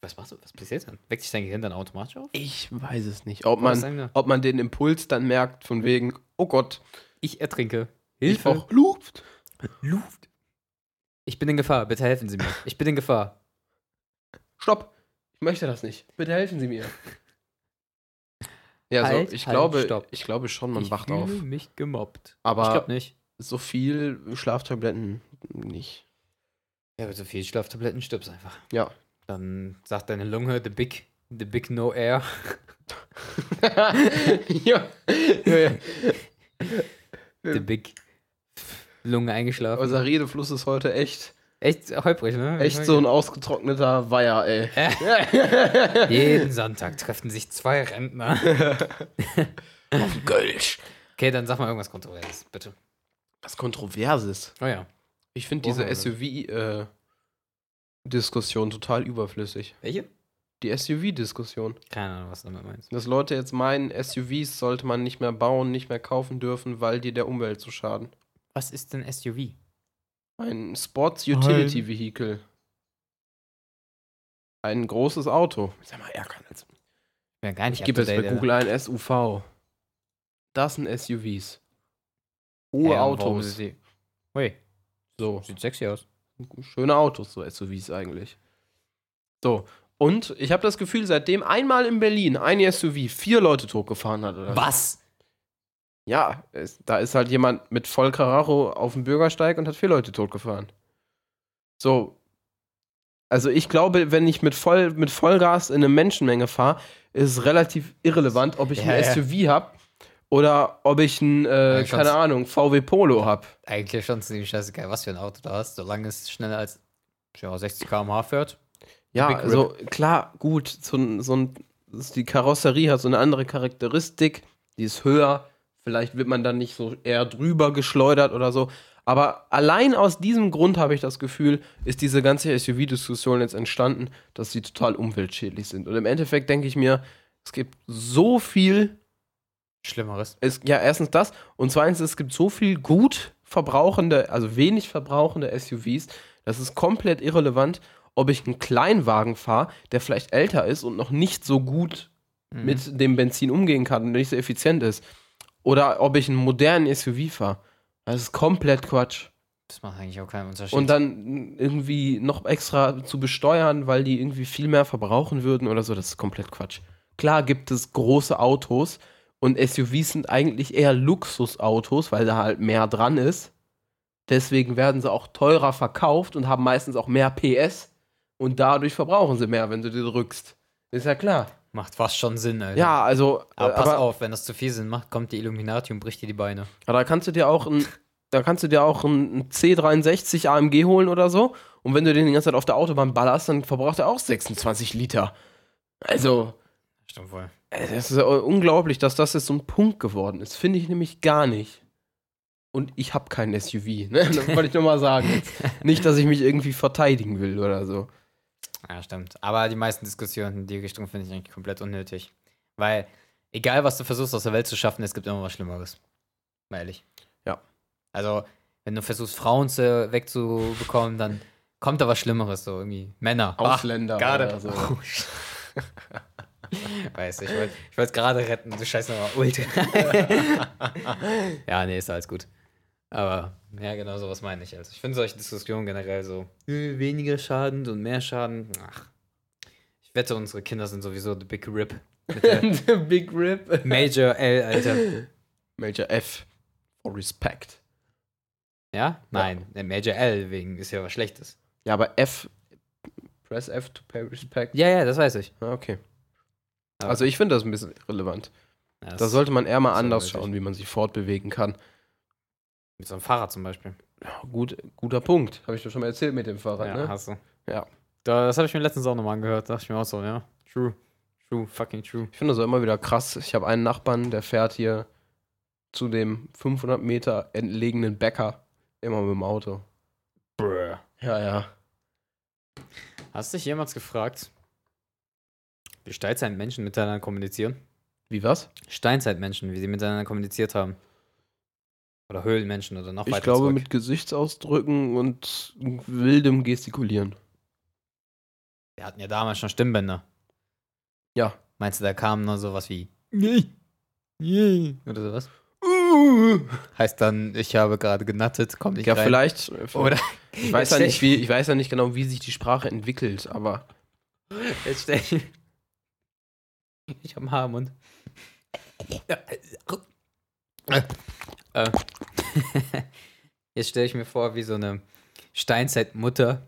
Speaker 2: Was machst du? Was passiert dann? Weckt sich dein Gehirn dann automatisch auf?
Speaker 1: Ich weiß es nicht. Ob man,
Speaker 2: Was sagen wir?
Speaker 1: ob man den Impuls dann merkt, von wegen, oh Gott,
Speaker 2: Ich ertrinke.
Speaker 1: ich brauch Luft.
Speaker 2: Luft. Ich bin in Gefahr, bitte helfen Sie mir. Ich bin in Gefahr.
Speaker 1: Stopp! Ich möchte das nicht. Bitte helfen Sie mir. Ja,
Speaker 2: Halt,
Speaker 1: so, ich
Speaker 2: halt,
Speaker 1: glaube,
Speaker 2: stopp.
Speaker 1: ich glaube schon, man
Speaker 2: ich
Speaker 1: wacht
Speaker 2: fühle
Speaker 1: auf.
Speaker 2: mich gemobbt. ich
Speaker 1: Aber
Speaker 2: glaube nicht.
Speaker 1: so viel Schlaftabletten nicht. <laughs>
Speaker 2: Ja, aber so viel Schlaftabletten stirbst einfach.
Speaker 1: Ja.
Speaker 2: Dann sagt deine Lunge the big, the big no air.
Speaker 1: ja. ja, ja.
Speaker 2: The big Lunge eingeschlafen.
Speaker 1: Unser Redefluss ist heute echt,
Speaker 2: Echt holprig, ne?
Speaker 1: Also echt so ein ausgetrockneter Weiher, ey.
Speaker 2: <laughs> Jeden Sonntag treffen sich zwei Rentner.
Speaker 1: <laughs> Gölsch.
Speaker 2: Okay, dann sag mal irgendwas Kontroverses, bitte.
Speaker 1: Was Kontroverses.
Speaker 2: Oh ja.
Speaker 1: Ich finde
Speaker 2: Brauchen
Speaker 1: diese
Speaker 2: wir
Speaker 1: SUV-Diskussion total überflüssig.
Speaker 2: Welche?
Speaker 1: Die SUV-Diskussion.
Speaker 2: Keine Ahnung, was du damit meinst.
Speaker 1: Dass Leute jetzt meinen, SUVs sollte man nicht mehr bauen, nicht mehr kaufen dürfen, weil die der Umwelt zu schaden.
Speaker 2: Was ist denn SUV?
Speaker 1: Ein Sports-Utility-Vehikel. Ein großes Auto. Sag mal, ärgern jetzt.
Speaker 2: Ja, gar nicht
Speaker 1: Ich gebe
Speaker 2: up
Speaker 1: jetzt
Speaker 2: to
Speaker 1: bei
Speaker 2: date, Alter.
Speaker 1: Google ein SUV. Das sind SUVs. Hohe
Speaker 2: Ja, warum
Speaker 1: Autos.
Speaker 2: sind die- Ui,
Speaker 1: So.
Speaker 2: sieht sexy aus.
Speaker 1: schöne Autos, so SUVs eigentlich. So, und ich habe das Gefühl, seitdem einmal in Berlin ein SUV vier Leute totgefahren hat. Oder? so.
Speaker 2: Was?
Speaker 1: Ja, es, da ist halt jemand mit voll Karacho auf dem Bürgersteig und hat vier Leute totgefahren. So. Also ich glaube, wenn ich mit, voll, mit Vollgas in eine Menschenmenge fahre, ist es relativ irrelevant, ob ich
Speaker 2: Ja,
Speaker 1: ein
Speaker 2: ja.
Speaker 1: SUV habe oder ob ich ein, äh,
Speaker 2: Ja,
Speaker 1: keine
Speaker 2: kannst-
Speaker 1: Ahnung, VW Polo habe.
Speaker 2: Eigentlich schon ziemlich scheißegal, was für ein Auto du hast, solange es schneller als ja, 60 km/h fährt.
Speaker 1: Ja,
Speaker 2: Big Rip.
Speaker 1: also klar, gut, so, ein- so ein, das- die Karosserie hat so eine andere Charakteristik, die ist höher, vielleicht wird man dann nicht so eher drüber geschleudert oder so. Aber allein aus diesem Grund habe ich das Gefühl, ist diese ganze SUV-Diskussion jetzt entstanden, dass sie total umweltschädlich sind. Und im Endeffekt denke ich mir, es gibt so viel,
Speaker 2: Schlimmeres.
Speaker 1: es, ja, erstens das und zweitens, es gibt so viel gut verbrauchende, also wenig verbrauchende SUVs, das ist komplett irrelevant, ob ich einen Kleinwagen fahre, der vielleicht älter ist und noch nicht so gut
Speaker 2: Mhm.
Speaker 1: mit dem Benzin umgehen kann und nicht so effizient ist. Oder ob ich einen modernen SUV fahre. Das ist komplett Quatsch.
Speaker 2: Das macht eigentlich auch keinen Unterschied.
Speaker 1: Und dann irgendwie noch extra zu besteuern, weil die irgendwie viel mehr verbrauchen würden oder so, das ist komplett Quatsch. Klar gibt es große Autos und SUVs sind eigentlich eher Luxusautos, weil da halt mehr dran ist. Deswegen werden sie auch teurer verkauft und haben meistens auch mehr PS und dadurch verbrauchen sie mehr, wenn du die drückst. Ist ja klar.
Speaker 2: macht fast schon Sinn, Alter.
Speaker 1: Ja, also.
Speaker 2: Aber pass auf, wenn das zu viel Sinn macht, kommt die Illuminati und bricht dir die Beine.
Speaker 1: Aber da kannst du dir auch ein, da kannst du dir auch ein C63 AMG holen oder so. Und wenn du den die ganze Zeit auf der Autobahn ballerst, dann verbraucht er auch 26 Liter. Also,
Speaker 2: Stimmt wohl.
Speaker 1: es ist ja unglaublich, dass das jetzt so ein Punkt geworden ist. Finde ich nämlich gar nicht. Und ich habe keinen SUV, ne? Das wollte ich nur mal sagen. Jetzt. Nicht, dass ich mich irgendwie verteidigen will oder so.
Speaker 2: Ja, stimmt. Aber die meisten Diskussionen in die Richtung finde ich eigentlich komplett unnötig. Weil, egal was du versuchst aus der Welt zu schaffen, es gibt immer was Schlimmeres. Mal ehrlich.
Speaker 1: Ja.
Speaker 2: Also, wenn du versuchst, Frauen zu, wegzubekommen, dann kommt da was Schlimmeres, so irgendwie. Männer.
Speaker 1: Ausländer
Speaker 2: gerade.
Speaker 1: oder so. <laughs>
Speaker 2: Oh, sch- <laughs> Weiß ich, wollte ich wollte es gerade retten, du scheiß nochmal Ultra. <laughs> ja, nee, ist alles gut. Aber ja, genau sowas meine ich. Also ich finde solche Diskussionen generell so äh, weniger Schaden und mehr Schaden. Ach. Ich wette, unsere Kinder sind sowieso the big rip.
Speaker 1: <laughs>
Speaker 2: Mit der
Speaker 1: Big Rip.
Speaker 2: Major L, Alter.
Speaker 1: Major F. For Respect.
Speaker 2: Ja? Nein, der Major L wegen ist ja was Schlechtes.
Speaker 1: Ja, aber F. Press F to pay respect.
Speaker 2: Ja, ja, das weiß ich.
Speaker 1: Ja, Ah, okay.
Speaker 2: Aber-
Speaker 1: Also ich finde das ein bisschen irrelevant.
Speaker 2: Ja,
Speaker 1: Da sollte man eher mal
Speaker 2: ist
Speaker 1: anders
Speaker 2: unnötig.
Speaker 1: schauen, wie man sich fortbewegen kann.
Speaker 2: mit so einem Fahrrad zum Beispiel.
Speaker 1: Ja, gut, guter Punkt. Habe ich dir schon mal erzählt mit dem Fahrrad,
Speaker 2: ja,
Speaker 1: ne?
Speaker 2: hast du.
Speaker 1: Ja.
Speaker 2: Da, das habe ich mir letztens auch nochmal angehört. Dachte ich mir auch so, ja. True. True, fucking true.
Speaker 1: Ich finde das auch immer wieder krass. Ich habe einen Nachbarn, der fährt hier zu dem 500 Meter entlegenen Bäcker immer mit dem Auto.
Speaker 2: Brr.
Speaker 1: Ja, ja.
Speaker 2: Hast du dich jemals gefragt, wie Steinzeitmenschen miteinander kommunizieren?
Speaker 1: Wie was?
Speaker 2: Steinzeitmenschen, wie sie miteinander kommuniziert haben. Oder Höhlenmenschen oder noch
Speaker 1: Ich
Speaker 2: weiter
Speaker 1: glaube
Speaker 2: zurück.
Speaker 1: mit Gesichtsausdrücken und wildem Gestikulieren.
Speaker 2: Wir hatten ja damals schon Stimmbänder.
Speaker 1: Ja.
Speaker 2: Meinst du, da kam nur sowas wie oder sowas? Heißt dann, ich habe gerade genattet, komm nicht
Speaker 1: Uh. Ja,
Speaker 2: rein.
Speaker 1: vielleicht.
Speaker 2: Oder <laughs>
Speaker 1: Ich weiß, ja nicht, wie, ich weiß ja nicht genau, wie sich die Sprache entwickelt, aber
Speaker 2: Jetzt stell ich. <laughs> Ich habe ein Haar im Mund. Äh. <laughs> Jetzt stelle ich mir vor, wie so eine Steinzeitmutter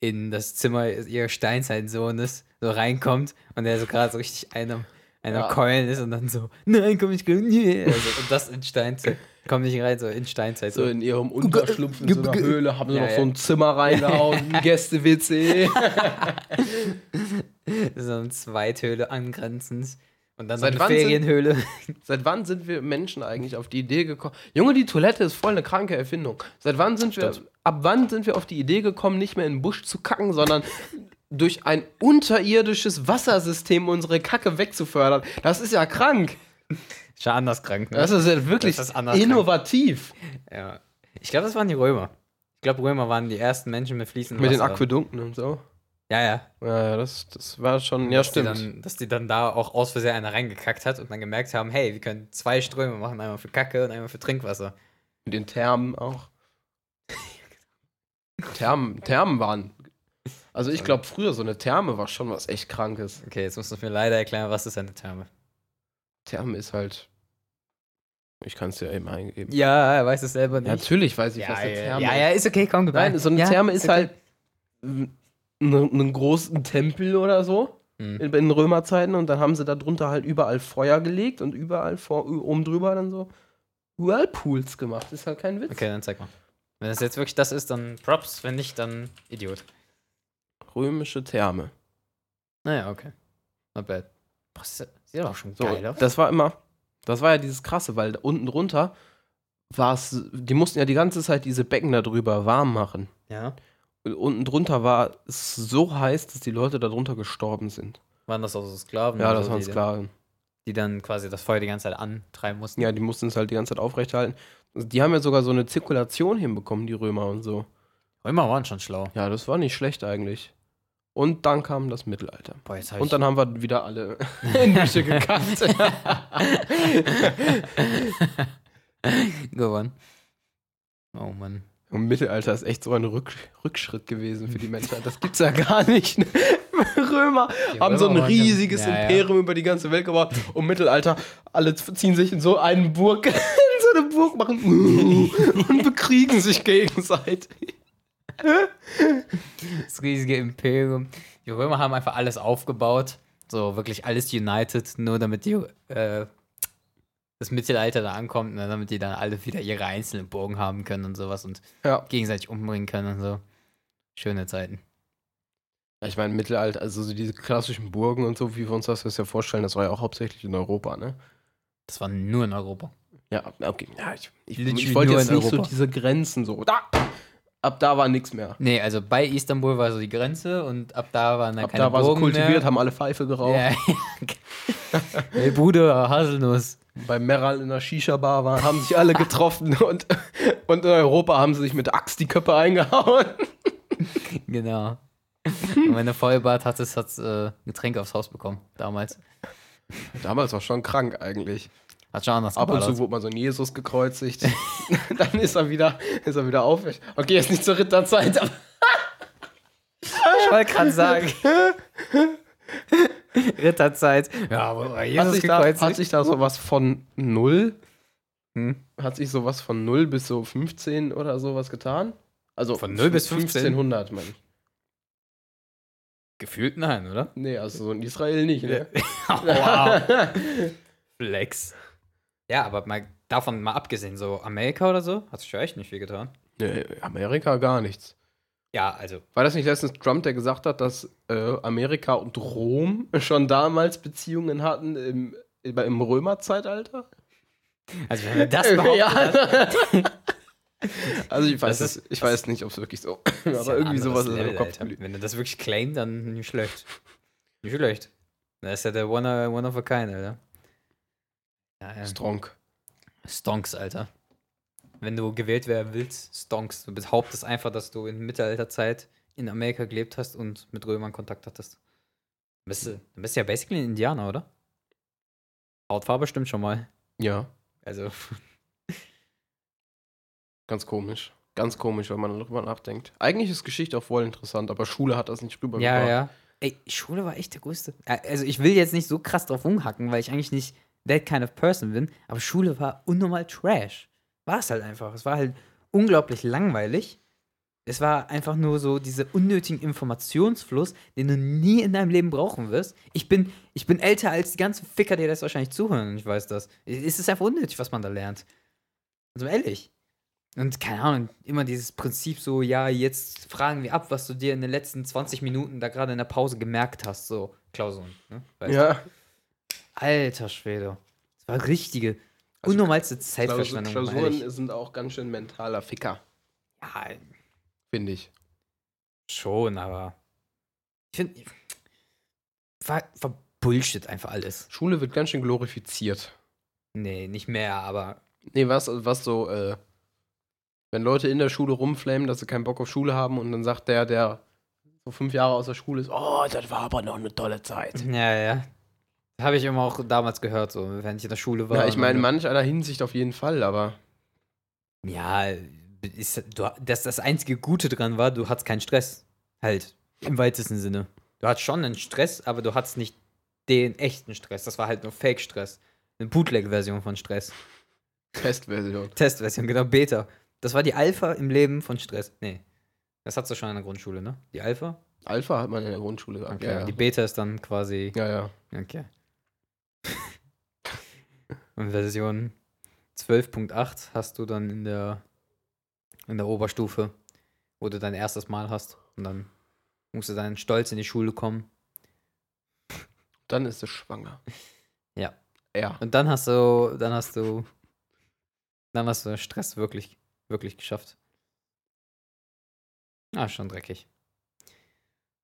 Speaker 2: in das Zimmer ihres Steinzeitsohnes so reinkommt und der so gerade so richtig einem, einem
Speaker 1: Ja.
Speaker 2: Keulen ist und dann so, nein, komm nicht rein. nee." Also, und das in Steinzeit. Komm nicht rein, so in Steinzeit.
Speaker 1: so
Speaker 2: So.
Speaker 1: in ihrem Unterschlupf in so einer Höhle haben sie
Speaker 2: Ja,
Speaker 1: noch
Speaker 2: ja.
Speaker 1: so ein Zimmer reingehauen, Gäste-WC.
Speaker 2: so eine Zweithöhle angrenzend. Und dann so
Speaker 1: Seit
Speaker 2: eine
Speaker 1: wann sind-
Speaker 2: Ferienhöhle. <laughs>
Speaker 1: Seit wann sind wir Menschen eigentlich auf die Idee gekommen? Junge, die Toilette ist voll eine kranke Erfindung. Seit wann sind wir, ab wann sind wir auf die Idee gekommen, nicht mehr in den Busch zu kacken, sondern durch ein unterirdisches Wassersystem unsere Kacke wegzufördern? Das ist ja krank.
Speaker 2: Schon anders krank, ne?
Speaker 1: Das ist ja wirklich
Speaker 2: Das ist anders krank.
Speaker 1: innovativ.
Speaker 2: Ja. Ich glaube, das waren die Römer. Ich glaube, Römer waren die ersten Menschen mit fließendem
Speaker 1: Mit den
Speaker 2: Wasser.
Speaker 1: Aquädukten und so.
Speaker 2: Ja, ja.
Speaker 1: Ja, ja, das, das war schon, ja,
Speaker 2: dass
Speaker 1: stimmt.
Speaker 2: Die dann, dass die dann da auch aus Versehen einer reingekackt hat und dann gemerkt haben, hey, wir können zwei Ströme machen, einmal für Kacke und einmal für Trinkwasser.
Speaker 1: Mit den Thermen auch. Thermen, Thermen waren. Also ich glaube, früher so eine Therme war schon was echt Krankes.
Speaker 2: Okay, jetzt musst du mir leider erklären, was ist eine Therme?
Speaker 1: Therme ist halt. Ich kann es dir eben eingeben.
Speaker 2: Ja, er weiß es selber
Speaker 1: Ja,
Speaker 2: nicht.
Speaker 1: Natürlich weiß ich,
Speaker 2: Ja,
Speaker 1: was eine
Speaker 2: ja,
Speaker 1: Therme
Speaker 2: ja, ja,
Speaker 1: ist.
Speaker 2: ist okay, komm,
Speaker 1: Nein, so eine Therme ist
Speaker 2: okay.
Speaker 1: halt ein einen großen Tempel oder so
Speaker 2: Mhm.
Speaker 1: in, in Römerzeiten und dann haben sie da drunter halt überall Feuer gelegt und überall vor, oben drüber dann so Whirlpools gemacht. Ist halt kein Witz.
Speaker 2: Okay, dann zeig mal. Wenn das jetzt wirklich das ist, dann Props, wenn nicht, dann Idiot.
Speaker 1: Römische Therme.
Speaker 2: Naja, okay. Not bad. Boah, das sieht sieht aber auch schon
Speaker 1: So,
Speaker 2: geil aus.
Speaker 1: das war immer, das war ja dieses Krasse, weil unten drunter war es, die mussten ja die ganze Zeit diese Becken da drüber warm machen.
Speaker 2: Ja.
Speaker 1: Und unten drunter war es so heiß, dass die Leute da drunter gestorben sind.
Speaker 2: Waren das auch so Sklaven?
Speaker 1: Ja,
Speaker 2: oder
Speaker 1: das
Speaker 2: so,
Speaker 1: waren
Speaker 2: die-
Speaker 1: Sklaven.
Speaker 2: die dann quasi das Feuer die ganze Zeit antreiben mussten.
Speaker 1: Ja, die mussten es halt die ganze Zeit aufrechterhalten. Also Die haben ja sogar so eine Zirkulation hinbekommen, die Römer und so.
Speaker 2: Römer waren schon schlau.
Speaker 1: Ja, das war nicht schlecht eigentlich. Und dann kam das Mittelalter.
Speaker 2: Boah, jetzt hab
Speaker 1: Und dann haben wir wieder alle <laughs> in die Büsche gekackt.
Speaker 2: <laughs> ich gewonnen. Oh Mann.
Speaker 1: Im Mittelalter ist echt so ein Rück Rückschritt gewesen für die Menschheit. Das gibt's ja gar nicht. ne? <laughs> Römer haben so ein
Speaker 2: Römer waren-
Speaker 1: riesiges
Speaker 2: Ja, ja.
Speaker 1: Imperium über die ganze Welt gebaut. Und Mittelalter, alle z- ziehen sich in so einen Burg, <laughs> in so eine Burg, machen <laughs> und bekriegen sich gegenseitig.
Speaker 2: Das riesige Imperium. Die Römer haben einfach alles aufgebaut. So wirklich alles united, nur damit die, äh, das Mittelalter da ankommt und damit die dann alle wieder ihre einzelnen Burgen haben können und sowas und
Speaker 1: Ja.
Speaker 2: gegenseitig umbringen können und so. Schöne Zeiten.
Speaker 1: Ich meine, Mittelalter, also so diese klassischen Burgen und so, wie wir uns das jetzt ja vorstellen, das war ja auch hauptsächlich in Europa, ne?
Speaker 2: Das war nur in Europa.
Speaker 1: Ja, okay. Ja, ich ich,
Speaker 2: Literally
Speaker 1: ich wollte
Speaker 2: nur
Speaker 1: jetzt
Speaker 2: in
Speaker 1: nicht so
Speaker 2: Europa.
Speaker 1: diese Grenzen so. Da, ab da war nichts mehr.
Speaker 2: Nee, also bei Istanbul war so die Grenze und ab da waren dann
Speaker 1: Ab
Speaker 2: keine
Speaker 1: da war so
Speaker 2: Burgen
Speaker 1: kultiviert,
Speaker 2: mehr.
Speaker 1: haben alle Pfeife geraucht. <laughs>
Speaker 2: Ja. hey Bruder, Haselnuss.
Speaker 1: bei Meral in einer Shisha-Bar waren, haben sich alle getroffen und, und in Europa haben sie sich mit der Axt die Köpfe eingehauen.
Speaker 2: Genau. Und wenn du Vollbart hattest, hat äh, Getränke aufs Haus bekommen. Damals.
Speaker 1: Damals war schon krank eigentlich.
Speaker 2: Hat schon anders
Speaker 1: Ab und zu
Speaker 2: geballert.
Speaker 1: wurde man so ein Jesus gekreuzigt. <laughs> Dann ist er wieder, ist er wieder aufrecht. Okay, jetzt nicht zur Ritterzeit, aber
Speaker 2: Ich wollte gerade sagen. Ritterzeit. Ja, aber
Speaker 1: hat
Speaker 2: Jesus
Speaker 1: sich, da,
Speaker 2: gekreuzigt.
Speaker 1: hat sich da sowas von null,
Speaker 2: Hm?
Speaker 1: hat sich sowas von null bis so 15 oder sowas getan? Also
Speaker 2: Von null bis 15?
Speaker 1: 1500, meine ich.
Speaker 2: Gefühlt nein, oder?
Speaker 1: Nee, also so in Israel nicht, ne?
Speaker 2: <laughs> wow. Flex. Ja, aber mal davon mal abgesehen, so Amerika oder so, hat sich ja echt nicht viel getan.
Speaker 1: <laughs> Nee, Amerika gar nichts.
Speaker 2: Ja, also.
Speaker 1: War das nicht letztens Trump, der gesagt hat, dass äh, Amerika und Rom <laughs> schon damals Beziehungen hatten im, im Römerzeitalter? <laughs>
Speaker 2: Also wenn wir das behaupten,
Speaker 1: ja. <laughs> Also ich weiß,
Speaker 2: Das
Speaker 1: es, ich weiß nicht, ob es wirklich so <laughs>
Speaker 2: Das ist
Speaker 1: aber
Speaker 2: ja ein
Speaker 1: irgendwie
Speaker 2: anderes
Speaker 1: sowas ist in
Speaker 2: Level,
Speaker 1: meinem Kopf
Speaker 2: Alter.
Speaker 1: geblieben.
Speaker 2: Wenn du das wirklich claimt, dann nicht schlecht. Nicht schlecht. Das ist ja der One, one of a Kind, Alter. Ja, ja.
Speaker 1: Strong.
Speaker 2: Stonks, Alter. Wenn du gewählt werden willst, Stonks. Du behauptest einfach, dass du in Mittelalterzeit in Amerika gelebt hast und mit Römern Kontakt hattest. Du bist, du du bist ja basically ein Indianer, oder? Hautfarbe stimmt schon mal.
Speaker 1: Ja,
Speaker 2: Also,
Speaker 1: ganz komisch. Ganz komisch, wenn man darüber nachdenkt. Eigentlich ist Geschichte auch voll interessant, aber Schule hat das nicht rübergebracht.
Speaker 2: ja, ja. Ey, Schule war echt der größte. Ä- Also, ich will jetzt nicht so krass drauf rumhacken, weil ich eigentlich nicht that kind of person bin, aber Schule war unnormal trash. War es halt einfach. Es war halt unglaublich langweilig. Es war einfach nur so dieser unnötigen Informationsfluss, den du nie in deinem Leben brauchen wirst. Ich bin, ich bin älter als die ganzen Ficker, die das wahrscheinlich zuhören. und Ich weiß das. Es ist einfach unnötig, was man da lernt. Also ehrlich. Und keine Ahnung, immer dieses Prinzip so, ja, jetzt fragen wir ab, was du dir in den letzten 20 Minuten da gerade in der Pause gemerkt hast. So, Klausuren. Ne? Weißt du?
Speaker 1: ja.
Speaker 2: Alter Schwede. Das war richtige,
Speaker 1: Also,
Speaker 2: unnormalste
Speaker 1: Klausu-
Speaker 2: Zeitverschwendung. mal ehrlich.
Speaker 1: Klausuren sind auch ganz schön mentaler Ficker,
Speaker 2: Ja,
Speaker 1: finde ich.
Speaker 2: schon, aber ich finde, war, war Bullshit einfach alles.
Speaker 1: Schule wird ganz schön glorifiziert.
Speaker 2: Nee, nicht mehr, aber
Speaker 1: Nee, was, was so, äh, wenn Leute in der Schule rumflamen, dass sie keinen Bock auf Schule haben und dann sagt der, der so fünf Jahre aus der Schule ist, oh, das war aber noch eine tolle Zeit.
Speaker 2: ja, ja. Habe ich immer auch damals gehört, so, wenn ich in der Schule war.
Speaker 1: Ja, ich
Speaker 2: und-
Speaker 1: meine, in manch einer Hinsicht auf jeden Fall, aber
Speaker 2: Ja, ist, du, das, das einzige Gute dran war, du hattest keinen Stress. Halt, im weitesten Sinne. Du hattest schon einen Stress, aber du hattest nicht den echten Stress. Das war halt nur Fake-Stress. Eine Bootleg-Version von Stress.
Speaker 1: Testversion.
Speaker 2: Testversion, genau, Beta. Das war die Alpha im Leben von Stress. Nee. Das hattest du schon in der Grundschule, ne? Die Alpha?
Speaker 1: Alpha hat man in der Grundschule gesagt.
Speaker 2: Okay. Die Beta ist dann quasi.
Speaker 1: Ja, ja.
Speaker 2: Okay. <laughs> Und Version 12.8 hast du dann in der, in der Oberstufe, wo du dein erstes Mal hast. Und dann musst du dann stolz in die Schule kommen.
Speaker 1: Dann ist es schwanger.
Speaker 2: <laughs> Ja.
Speaker 1: Ja.
Speaker 2: Und dann hast du, dann hast du, dann hast du Stress wirklich, wirklich geschafft. Ah, schon dreckig.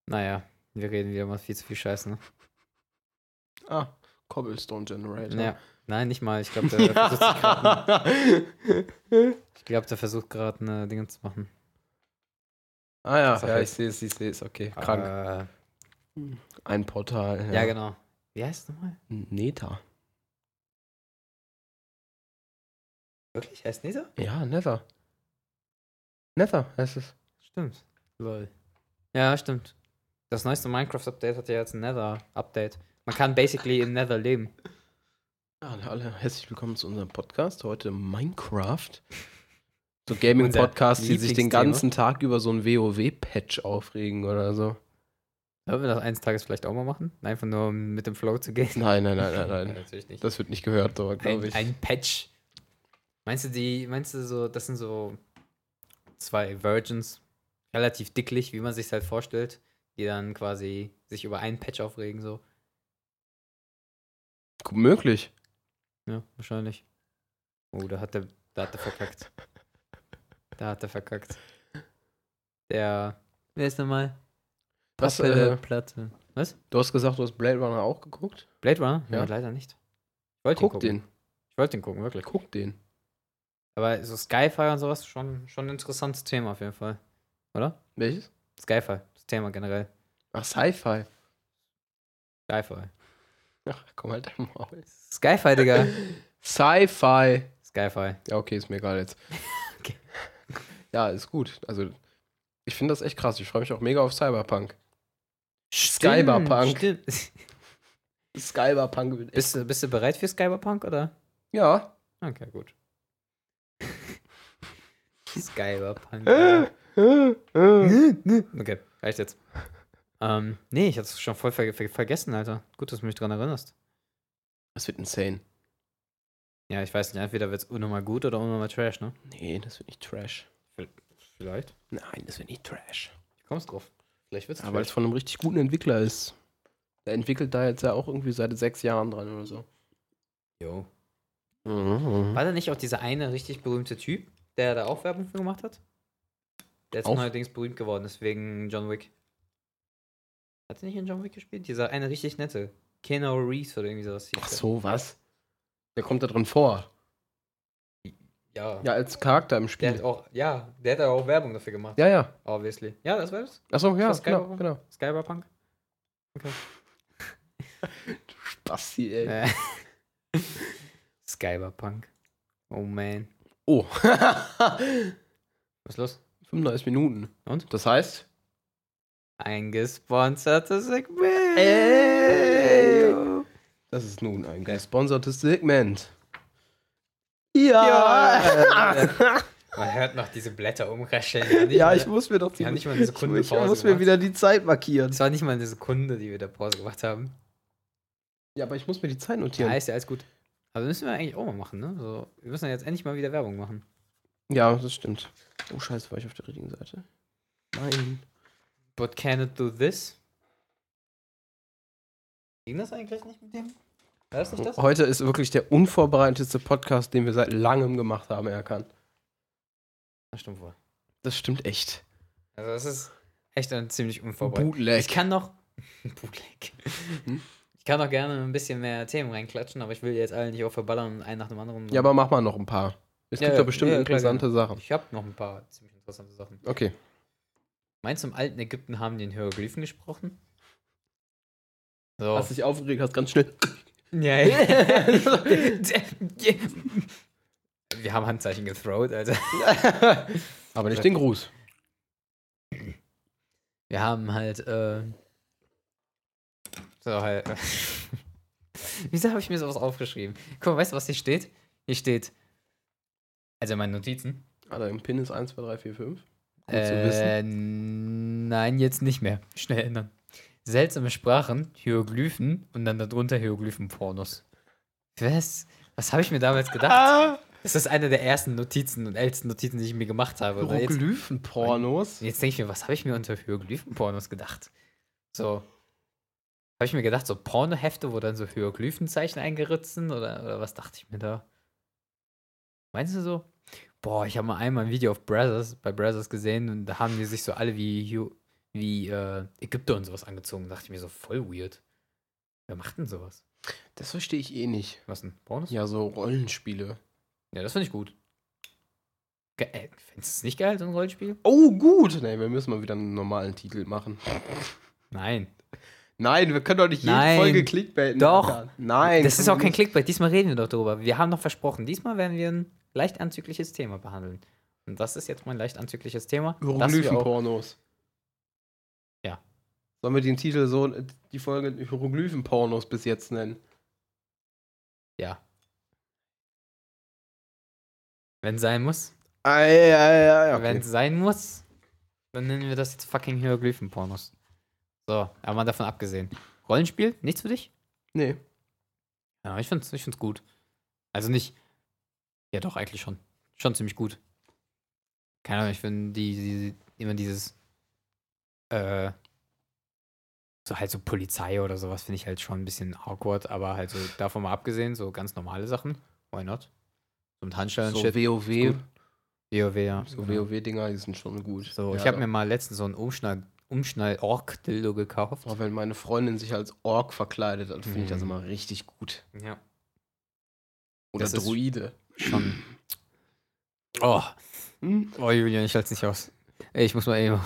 Speaker 2: Naja, wir reden wieder mal viel zu viel Scheiß, ne?
Speaker 1: Ah, Cobblestone Generator.
Speaker 2: Ja.
Speaker 1: <laughs>
Speaker 2: Nein, nicht mal. Ich glaube, der <laughs> versucht sich gerade einen- Ich glaube, der versucht gerade eine Dinge zu machen.
Speaker 1: ah ja,
Speaker 2: Sag
Speaker 1: ja, ich
Speaker 2: jetzt.
Speaker 1: sehe es, ich sehe es. Okay, krank. Ein Portal.
Speaker 2: Äh, Ah. ja. genau. Wie heißt es nochmal?
Speaker 1: Neta.
Speaker 2: Wirklich? Heißt Neta?
Speaker 1: Ja, Nether. Nether heißt es.
Speaker 2: Stimmt. Lol. Ja, stimmt. Das neueste Minecraft-Update hat ja jetzt ein Nether-Update. Man kann basically im Nether leben.
Speaker 1: Ja, Hallo, alle, herzlich willkommen zu unserem Podcast. Heute Minecraft. So Gaming-Podcasts, die sich den
Speaker 2: Lieblingsthema.
Speaker 1: ganzen Tag über so ein WoW-Patch aufregen oder so.
Speaker 2: Sollen wir das eines Tages vielleicht auch mal machen? Einfach nur, um mit dem Flow zu gehen?
Speaker 1: Nein, nein, nein, nein,
Speaker 2: <laughs> Ja,
Speaker 1: nein.
Speaker 2: natürlich nicht.
Speaker 1: Das wird nicht gehört, aber glaube
Speaker 2: Ein,
Speaker 1: ich.
Speaker 2: ein Patch. Meinst du die, meinst du so, das sind so zwei Virgins, relativ dicklich, wie man sich halt vorstellt, die dann quasi sich über einen Patch aufregen, so.
Speaker 1: Gut möglich.
Speaker 2: Ja, wahrscheinlich. Oh, da hat der, da hat der verkackt. Da hat der verkackt. Der, wer ist nochmal?
Speaker 1: Was,
Speaker 2: Pappele
Speaker 1: äh,
Speaker 2: Platte. Was?
Speaker 1: Du hast gesagt, du hast Blade Runner auch geguckt?
Speaker 2: Blade Runner?
Speaker 1: Ja.
Speaker 2: Ja, leider nicht. Ich wollte ihn
Speaker 1: Guck
Speaker 2: gucken.
Speaker 1: den.
Speaker 2: Ich wollte den gucken, wirklich.
Speaker 1: Guck den.
Speaker 2: Aber so Skyfall und sowas, schon, schon ein interessantes Thema auf jeden Fall.
Speaker 1: Welches?
Speaker 2: Skyfall, das Thema generell.
Speaker 1: Ach, Sci-Fi.
Speaker 2: Skyfall.
Speaker 1: Ach, komm halt dein Maul.
Speaker 2: Skyfall, <laughs> Digga.
Speaker 1: Sci-Fi.
Speaker 2: Skyfall.
Speaker 1: Ja, okay, ist mir egal <laughs> jetzt.
Speaker 2: Okay.
Speaker 1: Ja, ist gut. Also, ich finde das echt krass. Ich freue mich auch mega auf Cyberpunk. Cyberpunk.
Speaker 2: Stimmt.
Speaker 1: Cyberpunk wird echt.
Speaker 2: <laughs> Bist, du- bist du bereit für Cyberpunk, oder?
Speaker 1: Ja.
Speaker 2: Okay, <laughs> gut. <laughs> Cyberpunk.
Speaker 1: Äh,
Speaker 2: Alter.
Speaker 1: äh, äh.
Speaker 2: okay, reicht jetzt. Ähm, nee, ich hatte es schon voll ver ver vergessen, Alter. Gut, dass du mich dran erinnerst.
Speaker 1: Das wird insane.
Speaker 2: Ja, ich weiß nicht, entweder wird es unnormal gut oder unnormal trash, ne?
Speaker 1: Nee, das wird nicht trash.
Speaker 2: Vielleicht.
Speaker 1: Nein, das wird nicht trash.
Speaker 2: Du kommst drauf. Vielleicht wird es
Speaker 1: Aber weil es von einem richtig guten Entwickler ist. Der entwickelt da jetzt ja auch irgendwie seit sechs Jahren dran oder so. Mhm.
Speaker 2: Jo. War da nicht auch dieser eine richtig berühmte Typ, der da auch Werbung für gemacht hat. Der ist
Speaker 1: Auch?
Speaker 2: neuerdings berühmt geworden, deswegen John Wick. Hat er nicht in John Wick gespielt? Dieser eine richtig nette. Keanu Reeves oder irgendwie sowas. hieß
Speaker 1: Ach
Speaker 2: der.
Speaker 1: so, was? Der kommt da drin vor.
Speaker 2: Ja.
Speaker 1: Ja, als Charakter im
Speaker 2: Der hat
Speaker 1: Spiel.
Speaker 2: auch, ja, der hat auch Werbung dafür gemacht.
Speaker 1: Ja, ja.
Speaker 2: Obviously. Ja, das war das.
Speaker 1: Achso, ja,
Speaker 2: das
Speaker 1: genau,
Speaker 2: Skype?
Speaker 1: genau.
Speaker 2: Cyberpunk.
Speaker 1: Spasti, ey.
Speaker 2: Äh. <laughs> Cyberpunk. Oh man.
Speaker 1: <laughs> Oh.
Speaker 2: Was ist los?
Speaker 1: 35 Minuten.
Speaker 2: Und?
Speaker 1: Das heißt?
Speaker 2: Ein gesponsertes Segment.
Speaker 1: Ey. Das ist nun ein gesponsertes Segment. Ja! <laughs> Ja,
Speaker 2: Man hört noch diese Blätter umrascheln. Ja, nicht mal-
Speaker 1: ich muss mir doch die.
Speaker 2: Wir haben nicht mal eine Sekunde
Speaker 1: ich
Speaker 2: Pause
Speaker 1: muss mir
Speaker 2: gemacht.
Speaker 1: wieder die Zeit markieren.
Speaker 2: Das war nicht mal eine Sekunde, die wir da Pause gemacht haben.
Speaker 1: Ja, aber ich muss mir die Zeit
Speaker 2: Ja,
Speaker 1: notieren.
Speaker 2: ist ja alles gut. Aber müssen wir eigentlich auch mal machen, ne? So, wir müssen ja jetzt endlich mal wieder Werbung machen.
Speaker 1: Ja, das stimmt. Oh, Scheiße, war ich auf der richtigen Seite? Nein.
Speaker 2: But can it do this? Ging das eigentlich nicht mit dem? War das nicht das?
Speaker 1: Heute ist wirklich der unvorbereitetste Podcast, den wir seit langem gemacht haben, Erkan.
Speaker 2: Das stimmt wohl.
Speaker 1: Das stimmt echt.
Speaker 2: Also das ist echt ein ziemlich unvorbereitet. Ich
Speaker 1: Bootleg.
Speaker 2: kann noch. <laughs> Bootleg.
Speaker 1: Hm?
Speaker 2: Ich kann noch gerne ein bisschen mehr Themen reinklatschen, aber ich will jetzt alle nicht auch verballern und einen nach dem anderen.
Speaker 1: Ja, aber mach mal noch ein paar. Es
Speaker 2: Ja,
Speaker 1: gibt
Speaker 2: ja,
Speaker 1: da bestimmt
Speaker 2: ja, ja, klar,
Speaker 1: interessante Sachen.
Speaker 2: ich habe noch ein paar ziemlich interessante Sachen.
Speaker 1: Okay.
Speaker 2: Meinst du, im alten Ägypten haben die in Hieroglyphen gesprochen? So.
Speaker 1: Hast dich aufgeregt, hast ganz schnell.
Speaker 2: Ja, Wir haben Handzeichen gethrowt, also.
Speaker 1: Aber nicht den Gruß.
Speaker 2: Wir haben halt, äh. So halt. <laughs> Wieso habe ich mir sowas aufgeschrieben? Guck mal, weißt du, was hier steht? Hier steht. Also in meinen Notizen.
Speaker 1: Ah, dein Pin ist 1, 2, 3, 4, 5. Gut zu wissen.
Speaker 2: Äh, nein, jetzt nicht mehr. Schnell ändern. Seltsame Sprachen, Hieroglyphen und dann darunter Hieroglyphen-Pornos. Was? Was habe ich mir damals gedacht?
Speaker 1: Ah!
Speaker 2: Das ist eine der ersten Notizen und ältesten Notizen, die ich mir gemacht habe. Oder jetzt
Speaker 1: Hieroglyphen-Pornos?
Speaker 2: Jetzt denke ich mir, was habe ich mir unter Hieroglyphen-Pornos gedacht? So. Habe ich mir gedacht, so Pornohefte, wo dann so Hieroglyphenzeichen eingeritzt sind? Oder, oder was dachte ich mir da? Meinst du so? Boah, ich habe mal einmal ein Video auf Brothers, bei Brothers gesehen und da haben die sich so alle wie, Hio- wie äh, Ägypter und sowas angezogen. Da dachte ich mir so, voll weird. Wer macht denn sowas?
Speaker 1: Das verstehe ich eh nicht.
Speaker 2: Was denn? Pornos? Ja,
Speaker 1: Ja, so Rollenspiele.
Speaker 2: das finde ich gut. Ge äh, Findest du es nicht geil, so ein Rollenspiel?
Speaker 1: Oh, gut. Nee, wir müssen mal wieder einen normalen Titel machen.
Speaker 2: Nein.
Speaker 1: Nein, wir können doch nicht jede
Speaker 2: Nein.
Speaker 1: Folge clickbaiten.
Speaker 2: Doch.
Speaker 1: Alter. Nein.
Speaker 2: Das ist auch kein
Speaker 1: Click.
Speaker 2: Clickbait. Diesmal reden wir doch drüber. Wir haben doch versprochen, diesmal werden wir ein leicht anzügliches Thema behandeln. Und das ist jetzt mein leicht anzügliches Thema. dass wir auch-
Speaker 1: Hieroglyphen-Pornos.
Speaker 2: Ja.
Speaker 1: Sollen wir den Titel so, die Folge Hieroglyphen-Pornos bis jetzt nennen?
Speaker 2: Ja. Wenn sein muss.
Speaker 1: Ei, ei, ei,
Speaker 2: Wenn es sein muss, dann nennen wir das jetzt fucking Hieroglyphen-Pornos. So, aber mal davon abgesehen. Rollenspiel? Nichts für dich?
Speaker 1: Nee.
Speaker 2: Ja, ich find's, ich find's gut. Also nicht. Ja, doch, eigentlich schon. Schon ziemlich gut. Keine Ahnung, ich finde die, die, die, immer dieses. Äh. So halt so Polizei oder sowas finde ich halt schon ein bisschen awkward, aber halt so davon mal abgesehen, so ganz normale Sachen. Why not? So mit Handschellen
Speaker 1: So
Speaker 2: Shit.
Speaker 1: WoW.
Speaker 2: WoW, ja.
Speaker 1: So
Speaker 2: genau.
Speaker 1: WoW-Dinger, die sind schon gut.
Speaker 2: So,
Speaker 1: Ja,
Speaker 2: ich habe
Speaker 1: doch.
Speaker 2: mir mal letztens so einen Umschnall, Umschnall-Ork-Dildo gekauft.
Speaker 1: Oh, wenn meine Freundin sich als Ork verkleidet, dann finde ich das
Speaker 2: Mhm.
Speaker 1: immer richtig gut.
Speaker 2: Ja.
Speaker 1: Oder
Speaker 2: Das ist-
Speaker 1: Druide.
Speaker 2: Schon. Oh,
Speaker 1: Hm?
Speaker 2: Oh, Julian, ich halt's nicht aus. Ey, ich muss mal eben.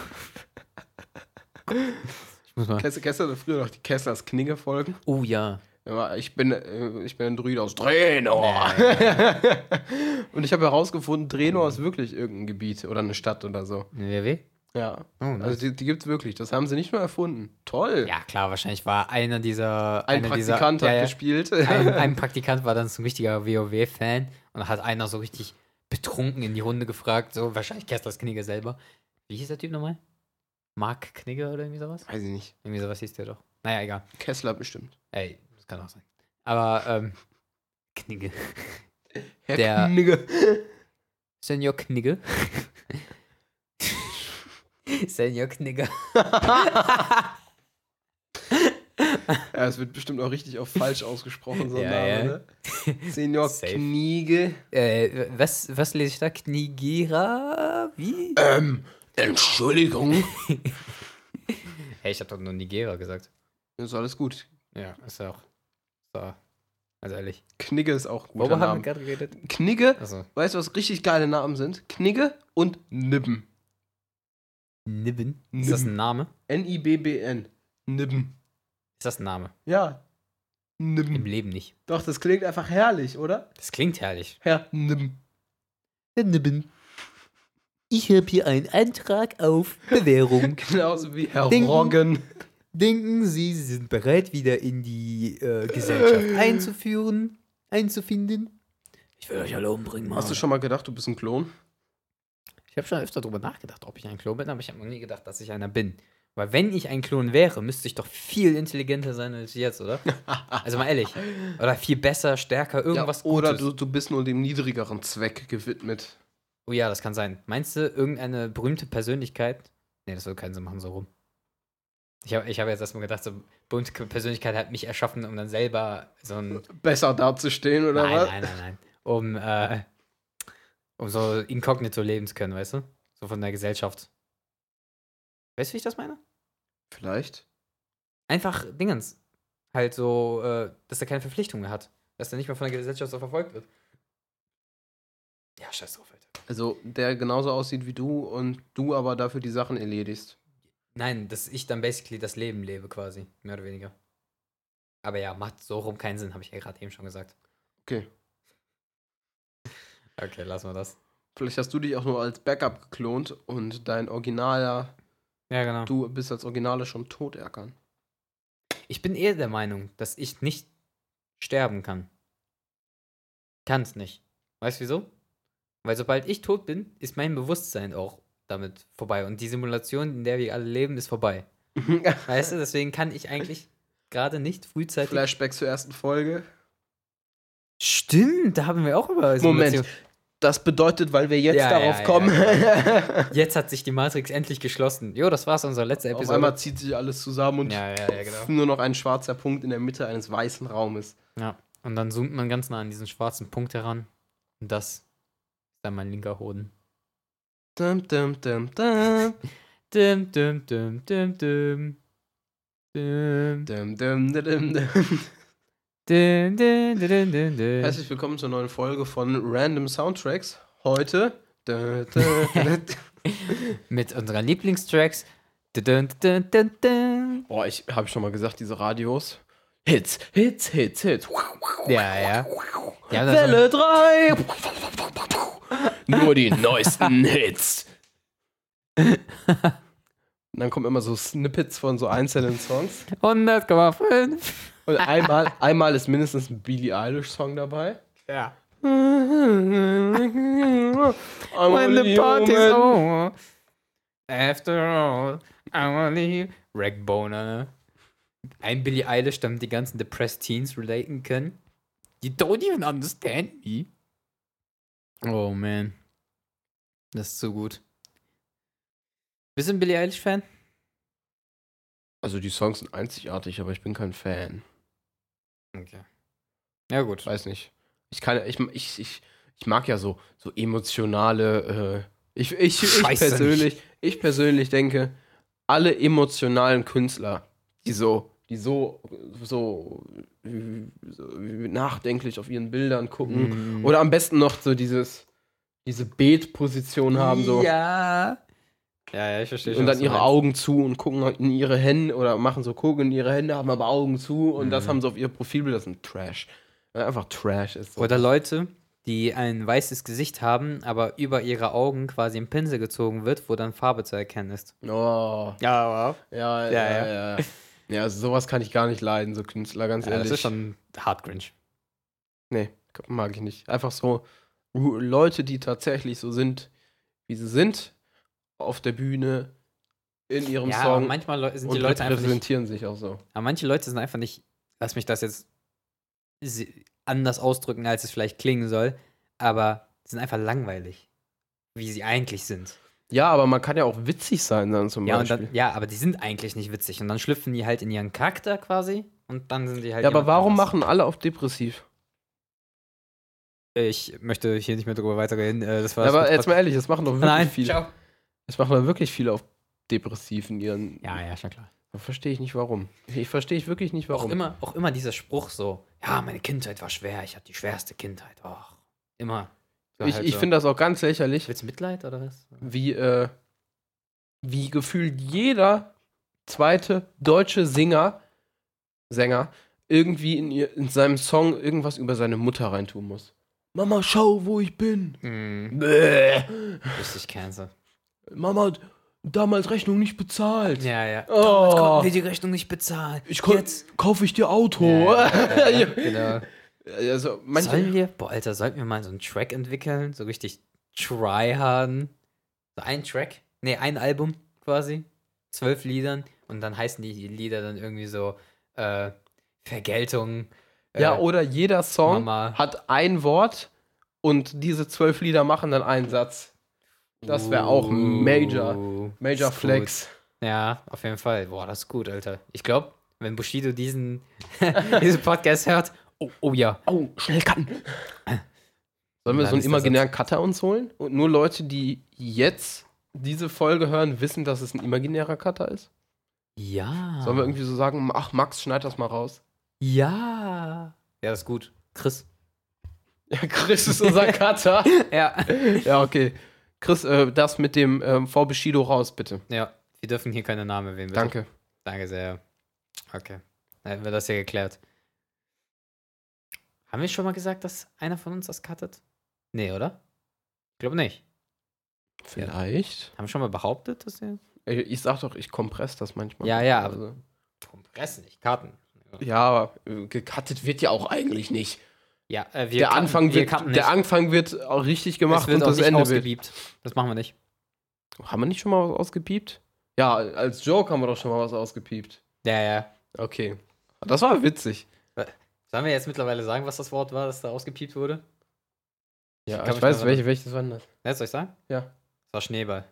Speaker 2: Ich muss mal.
Speaker 1: Kennst du gestern oder früher noch die Kesslers Knigge folgen?
Speaker 2: Oh ja.
Speaker 1: Ja, Ich bin, äh, ich bin ein Druide aus Drenor. <laughs> Und ich habe herausgefunden, Drenor ist wirklich irgendein Gebiet oder eine Stadt oder so.
Speaker 2: Eine WW?
Speaker 1: Ja.
Speaker 2: Oh, nice.
Speaker 1: Also die, die gibt's wirklich. Das haben sie nicht nur erfunden. Toll.
Speaker 2: Ja, klar, wahrscheinlich war einer dieser.
Speaker 1: Ein
Speaker 2: einer
Speaker 1: Praktikant
Speaker 2: dieser,
Speaker 1: hat
Speaker 2: ja, ja.
Speaker 1: gespielt. <laughs>
Speaker 2: Ein, ein Praktikant war dann so ein richtiger WoW-Fan und hat einer so richtig betrunken in die Runde gefragt, so wahrscheinlich Kesslers Knigge selber. Wie hieß der Typ nochmal? Mark Knigge oder irgendwie sowas?
Speaker 1: Weiß ich nicht.
Speaker 2: Irgendwie sowas hieß der doch. Naja, egal.
Speaker 1: Kessler bestimmt.
Speaker 2: Ey, das kann auch sein. Aber, ähm, Knigge.
Speaker 1: Herr
Speaker 2: Der-
Speaker 1: Knigge.
Speaker 2: Senior <laughs> Knigge.
Speaker 1: <laughs>
Speaker 2: Senior Knigge.
Speaker 1: Ja, es wird bestimmt auch richtig auch falsch ausgesprochen, so ein
Speaker 2: Ja,
Speaker 1: Name,
Speaker 2: ja.
Speaker 1: ne?
Speaker 2: <laughs>
Speaker 1: Senior
Speaker 2: Safe.
Speaker 1: Kniege.
Speaker 2: Äh, was, was lese ich da? Knigira? Wie?
Speaker 1: Ähm, Entschuldigung.
Speaker 2: Hey, ich habe doch nur Nigera gesagt.
Speaker 1: Ist alles gut.
Speaker 2: Ja, ist ja auch. So. Also ehrlich.
Speaker 1: Knigge ist auch ein guter
Speaker 2: Worüber haben wir
Speaker 1: Name.
Speaker 2: gerade geredet?
Speaker 1: Knigge,
Speaker 2: Also
Speaker 1: weißt du, was richtig geile Namen sind? Knigge und Nibben.
Speaker 2: Nibben. Ist das ein Name?
Speaker 1: N-I-B-B-N. Nibben.
Speaker 2: Ist das ein Name?
Speaker 1: Ja.
Speaker 2: Im
Speaker 1: Nibben.
Speaker 2: Leben nicht.
Speaker 1: Doch, das klingt einfach herrlich, oder?
Speaker 2: Das klingt herrlich.
Speaker 1: Herr Nibben.
Speaker 2: Nibben. Ich habe hier einen Antrag auf <laughs> Bewährung.
Speaker 1: Genauso wie Herr
Speaker 2: Ding.
Speaker 1: Roggen.
Speaker 2: Denken Sie, Sie sind bereit, wieder in die äh, Gesellschaft einzuführen, einzufinden? Ich will euch alle umbringen, Mann.
Speaker 1: Hast du schon mal gedacht, du bist ein Klon?
Speaker 2: ich habe schon öfter darüber nachgedacht, ob ich ein Klon bin, aber ich habe noch nie gedacht, dass ich einer bin. Weil wenn ich ein Klon wäre, müsste ich doch viel intelligenter sein als ich
Speaker 1: <laughs>
Speaker 2: jetzt, oder? Also mal ehrlich. Oder viel besser, stärker, irgendwas
Speaker 1: ja, oder
Speaker 2: Gutes.
Speaker 1: du, du bist nur dem niedrigeren Zweck gewidmet.
Speaker 2: Oh ja, das kann sein. Meinst du, irgendeine berühmte Persönlichkeit? Nee, das würde keinen Sinn machen, so rum. Ich habe ich hab jetzt erstmal gedacht, so berühmte Persönlichkeit hat mich erschaffen, um dann selber so ein.
Speaker 1: Besser dazustehen, <laughs> oder
Speaker 2: Nein,
Speaker 1: was?
Speaker 2: nein, nein, nein. Um, äh, um so inkognito leben zu können, weißt du? So von der Gesellschaft. Weißt du, wie ich das meine?
Speaker 1: Vielleicht.
Speaker 2: Einfach Dingens. Halt so, äh, dass er keine Verpflichtungen hat. Dass er nicht mehr von der Gesellschaft so verfolgt wird. Ja, scheiß drauf, Alter.
Speaker 1: Also, der genauso aussieht wie du und du aber dafür die Sachen erledigst.
Speaker 2: Nein, dass ich dann basically das Leben lebe quasi, mehr oder weniger. Aber ja, macht so rum keinen Sinn, habe ich ja gerade eben schon gesagt.
Speaker 1: Okay.
Speaker 2: <laughs> Okay, lassen wir das.
Speaker 1: Vielleicht hast du dich auch nur als Backup geklont und dein originaler,
Speaker 2: Ja, genau.
Speaker 1: du bist als Originaler schon tot, Erkan. <laughs>
Speaker 2: Ich bin eher der Meinung, dass ich nicht sterben kann. Kann's nicht. Weißt du wieso? Weil sobald ich tot bin, ist mein Bewusstsein auch damit vorbei. Und die Simulation, in der wir alle leben, ist vorbei.
Speaker 1: <laughs>
Speaker 2: Weißt du, deswegen kann ich eigentlich gerade nicht frühzeitig.
Speaker 1: Flashback zur ersten Folge.
Speaker 2: Stimmt, da haben wir auch über
Speaker 1: Moment. Das bedeutet, weil wir jetzt
Speaker 2: Ja, ja,
Speaker 1: darauf
Speaker 2: ja,
Speaker 1: kommen. <laughs>
Speaker 2: Jetzt hat sich die Matrix endlich geschlossen. Jo, das war's, unsere letzte
Speaker 1: Auf
Speaker 2: Episode.
Speaker 1: einmal zieht sich alles zusammen und <laughs>
Speaker 2: ja, ja, ja, genau.
Speaker 1: nur noch ein schwarzer Punkt in der Mitte eines weißen Raumes.
Speaker 2: Ja. Und dann zoomt man ganz nah an diesen schwarzen Punkt heran. Und das ist dann mein linker Hoden.
Speaker 1: Dum, dum, dum, dum.
Speaker 2: Dim, dim, dim, dim, dim. Dim,
Speaker 1: Dum, dum, dum, <laughs> dum.
Speaker 2: dim, dim, dim, dim, dim.
Speaker 1: Herzlich willkommen zur neuen Folge von Random Soundtracks. Heute. Dö, <laughs> dö, dö, dö.
Speaker 2: Mit unseren Lieblingstracks. Dun, dun, dun, dun.
Speaker 1: Boah, ich habe schon mal gesagt, diese Radios. Hits, Hits, Hits, Hits.
Speaker 2: Ja, ja. Die haben dann so
Speaker 1: Welle 3. <laughs> Nur die neuesten Hits. Und <laughs> dann kommen immer so Snippets von so einzelnen Songs.
Speaker 2: 100,5.
Speaker 1: Und einmal, einmal ist mindestens ein Billie Eilish-Song dabei.
Speaker 2: Ja. Mhm.
Speaker 1: When
Speaker 2: When the party's over. After all, I wanna leave. Ragboner. Ein Billie Eilish, damit die ganzen Depressed Teens relaten können. You don't even understand me. Oh man. Das ist so gut. Bist du ein Billie Eilish-Fan?
Speaker 1: Also die Songs sind einzigartig, aber ich bin kein Fan.
Speaker 2: Okay. Ja, gut.
Speaker 1: Weiß nicht. Ich kann, ich, ich, ich, ich mag ja so, so emotionale, äh, ich, ich, ich
Speaker 2: Scheiße.
Speaker 1: persönlich, ich persönlich denke, alle emotionalen Künstler, die so, die so, so, äh, so nachdenklich auf ihren Bildern gucken.
Speaker 2: Mhm.
Speaker 1: Oder am besten noch so dieses, diese Beetposition haben, so.
Speaker 2: Ja. Ja, ja, ich verstehe
Speaker 1: Und
Speaker 2: was
Speaker 1: dann
Speaker 2: du
Speaker 1: ihre
Speaker 2: meinst.
Speaker 1: Augen zu und gucken in ihre Hände oder machen so gucken in ihre Hände, haben aber Augen zu und das
Speaker 2: Mhm.
Speaker 1: haben sie auf ihr Profilbild. Das ist ein Trash. Einfach Trash ist so.
Speaker 2: Oder Leute, die ein weißes Gesicht haben, aber über ihre Augen quasi ein Pinsel gezogen wird, wo dann Farbe zu erkennen ist.
Speaker 1: Oh,
Speaker 2: Ja, wow.
Speaker 1: ja, ja,
Speaker 2: Ja,
Speaker 1: ja. Ja, ja also sowas kann ich gar nicht leiden, so Künstler, ganz
Speaker 2: Ja,
Speaker 1: ehrlich.
Speaker 2: das ist schon hart cringe.
Speaker 1: nee, mag ich nicht. Einfach so Ru- Leute, die tatsächlich so sind, wie sie sind, auf der Bühne, in ihrem
Speaker 2: Ja, aber
Speaker 1: Song.
Speaker 2: manchmal Leu- sind die
Speaker 1: und
Speaker 2: Leute einfach nicht,
Speaker 1: präsentieren sich auch so.
Speaker 2: aber manche Leute sind einfach nicht, lass mich das jetzt si- anders ausdrücken, als es vielleicht klingen soll, aber sind einfach langweilig, wie sie eigentlich sind.
Speaker 1: Ja, aber man kann ja auch witzig sein dann zum
Speaker 2: Ja, und
Speaker 1: Beispiel.
Speaker 2: dann, ja, aber die sind eigentlich nicht witzig und dann schlüpfen die halt in ihren Charakter quasi und dann sind die halt.
Speaker 1: Ja, aber
Speaker 2: jemand
Speaker 1: warum
Speaker 2: anders.
Speaker 1: machen alle auf depressiv?
Speaker 2: Ich möchte hier nicht mehr drüber weiterreden. äh, Das war
Speaker 1: Ja, aber
Speaker 2: das-
Speaker 1: jetzt mal ehrlich, es machen doch wirklich
Speaker 2: Nein,
Speaker 1: viele.
Speaker 2: ciao.
Speaker 1: Es machen doch wirklich viele auf depressiv in ihren.
Speaker 2: Ja, ja, schon klar.
Speaker 1: Da verstehe ich nicht warum. Ich verstehe ich wirklich nicht
Speaker 2: Auch
Speaker 1: warum.
Speaker 2: immer, auch immer dieser Spruch so: Ja, meine Kindheit war schwer, ich hatte die schwerste Kindheit. Och. Immer. So
Speaker 1: ich
Speaker 2: halt
Speaker 1: ich
Speaker 2: so.
Speaker 1: finde das auch ganz lächerlich,
Speaker 2: Willst du Mitleid oder was?
Speaker 1: wie, äh, wie gefühlt jeder zweite deutsche Singer, Sänger, irgendwie in, ihr, in seinem Song irgendwas über seine Mutter reintun muss. Mama, schau, wo ich bin. Hm.
Speaker 2: Mhm. Richtig Cancer.
Speaker 1: Mama hat damals Rechnung nicht bezahlt.
Speaker 2: Ja, ja.
Speaker 1: Oh.
Speaker 2: Damals konnten wir die Rechnung nicht bezahlen.
Speaker 1: Ich kon-
Speaker 2: Jetzt.
Speaker 1: kaufe ich dir Auto.
Speaker 2: Ja,
Speaker 1: <laughs>
Speaker 2: ja, ja, genau.
Speaker 1: Also, manche,
Speaker 2: Sollen wir, boah, Alter, sollten wir mal so einen Track entwickeln? So richtig tryharden. So ein Track? Nee, ein Album quasi. Zwölf Liedern. Und dann heißen die Lieder dann irgendwie so äh, Vergeltung. Äh,
Speaker 1: ja, oh, oder jeder Song
Speaker 2: Mama.
Speaker 1: hat ein Wort und diese zwölf Lieder machen dann einen Satz. Das wäre auch Major,
Speaker 2: Uh,
Speaker 1: Major
Speaker 2: ist gut.
Speaker 1: Flex.
Speaker 2: Ja, auf jeden Fall. Boah, das ist gut, Alter. Ich glaube, wenn Bushido diesen, <laughs> diesen Podcast hört, oh, oh ja.
Speaker 1: Oh, schnell cutten. Sollen wir
Speaker 2: Dann
Speaker 1: so einen
Speaker 2: ist der
Speaker 1: imaginären Cutter uns holen? Und nur Leute, die jetzt diese Folge hören, wissen, dass es ein imaginärer Cutter ist?
Speaker 2: Ja.
Speaker 1: Sollen wir irgendwie so sagen, ach Max, schneid das mal raus. <laughs>
Speaker 2: Ja. Ja, das ist gut. Chris.
Speaker 1: Ja, Chris ist
Speaker 2: <laughs>
Speaker 1: unser Cutter.
Speaker 2: Ja.
Speaker 1: ja, okay. Chris, äh, das mit dem ähm, V Bushido raus, bitte.
Speaker 2: Ja, wir dürfen hier keine Namen erwähnen. bitte.
Speaker 1: Danke.
Speaker 2: Danke sehr. Okay. Dann hätten wir das hier geklärt. Haben wir schon mal gesagt, dass einer von uns das cuttet? Nee, oder? Ich glaube nicht.
Speaker 1: Vielleicht.
Speaker 2: Haben wir schon mal behauptet, dass wir.
Speaker 1: Ich, ich sag doch, ich kompress das manchmal.
Speaker 2: Ja, ja, aber-
Speaker 1: Also,
Speaker 2: Kompressen, nicht Karten.
Speaker 1: ja, aber äh, gecuttet wird ja auch eigentlich nicht.
Speaker 2: Ja, äh, wir
Speaker 1: der,
Speaker 2: cutten-
Speaker 1: Anfang
Speaker 2: wir
Speaker 1: wird,
Speaker 2: cutten
Speaker 1: der
Speaker 2: nicht.
Speaker 1: Anfang wird auch richtig
Speaker 2: es
Speaker 1: gemacht
Speaker 2: wird
Speaker 1: und
Speaker 2: auch
Speaker 1: das
Speaker 2: nicht
Speaker 1: Ende wird.
Speaker 2: ausgebiebt. Das machen wir nicht.
Speaker 1: Haben wir nicht schon mal was ausgepiept? Ja, als Joke haben wir doch schon mal was ausgepiept.
Speaker 2: Ja, ja.
Speaker 1: Okay. Das war witzig.
Speaker 2: Sollen wir jetzt mittlerweile sagen, was das Wort war, das da ausgepiept wurde?
Speaker 1: Ja,
Speaker 2: kann
Speaker 1: ich,
Speaker 2: mich
Speaker 1: weiß,
Speaker 2: daran-
Speaker 1: welche, welches war denn das?
Speaker 2: Ja, soll ich sagen?
Speaker 1: Ja.
Speaker 2: Das war Schneeball.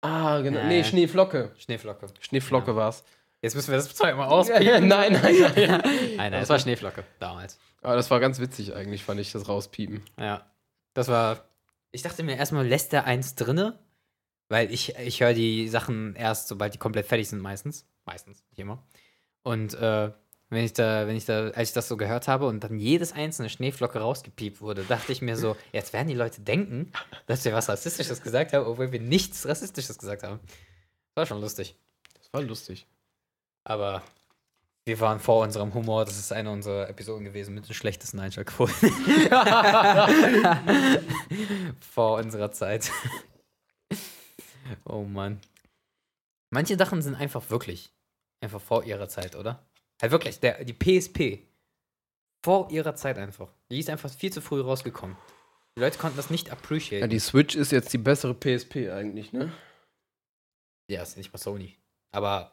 Speaker 1: Ah, genau.
Speaker 2: Nee.
Speaker 1: Nee, Schneeflocke.
Speaker 2: Schneeflocke.
Speaker 1: Schneeflocke <laughs> war's.
Speaker 2: Jetzt müssen wir das zweimal
Speaker 1: Ja,
Speaker 2: auspiepen.
Speaker 1: ja, genau. nein, nein, nein. <laughs>
Speaker 2: Nein, nein, es war Schneeflocke damals.
Speaker 1: Aber Ah, das war ganz witzig eigentlich, fand ich, das rauspiepen.
Speaker 2: Ja. Das war. Ich dachte mir erstmal, lässt er eins drinne? Weil ich, ich höre die Sachen erst, sobald die komplett fertig sind, meistens. Meistens, nicht immer. Und äh, wenn ich da, wenn ich da, als ich das so gehört habe und dann jedes einzelne Schneeflocke rausgepiept wurde, dachte ich mir <laughs> so, jetzt werden die Leute denken, dass wir was Rassistisches gesagt haben, obwohl wir nichts Rassistisches gesagt haben. War schon lustig.
Speaker 1: Das war lustig.
Speaker 2: Aber wir waren vor unserem Humor, das ist eine unserer Episoden gewesen mit den schlechtesten Einschaltquoten. <laughs> vor unserer Zeit. Oh Mann. Manche Sachen sind einfach wirklich, einfach vor ihrer Zeit, oder? Halt wirklich, der, die PSP. Vor ihrer Zeit einfach. Die ist einfach viel zu früh rausgekommen. Die Leute konnten das nicht
Speaker 1: Ja,
Speaker 2: appreciate.
Speaker 1: die Switch ist jetzt die bessere PSP eigentlich, ne?
Speaker 2: Ja, ist ja nicht mal Sony. Aber.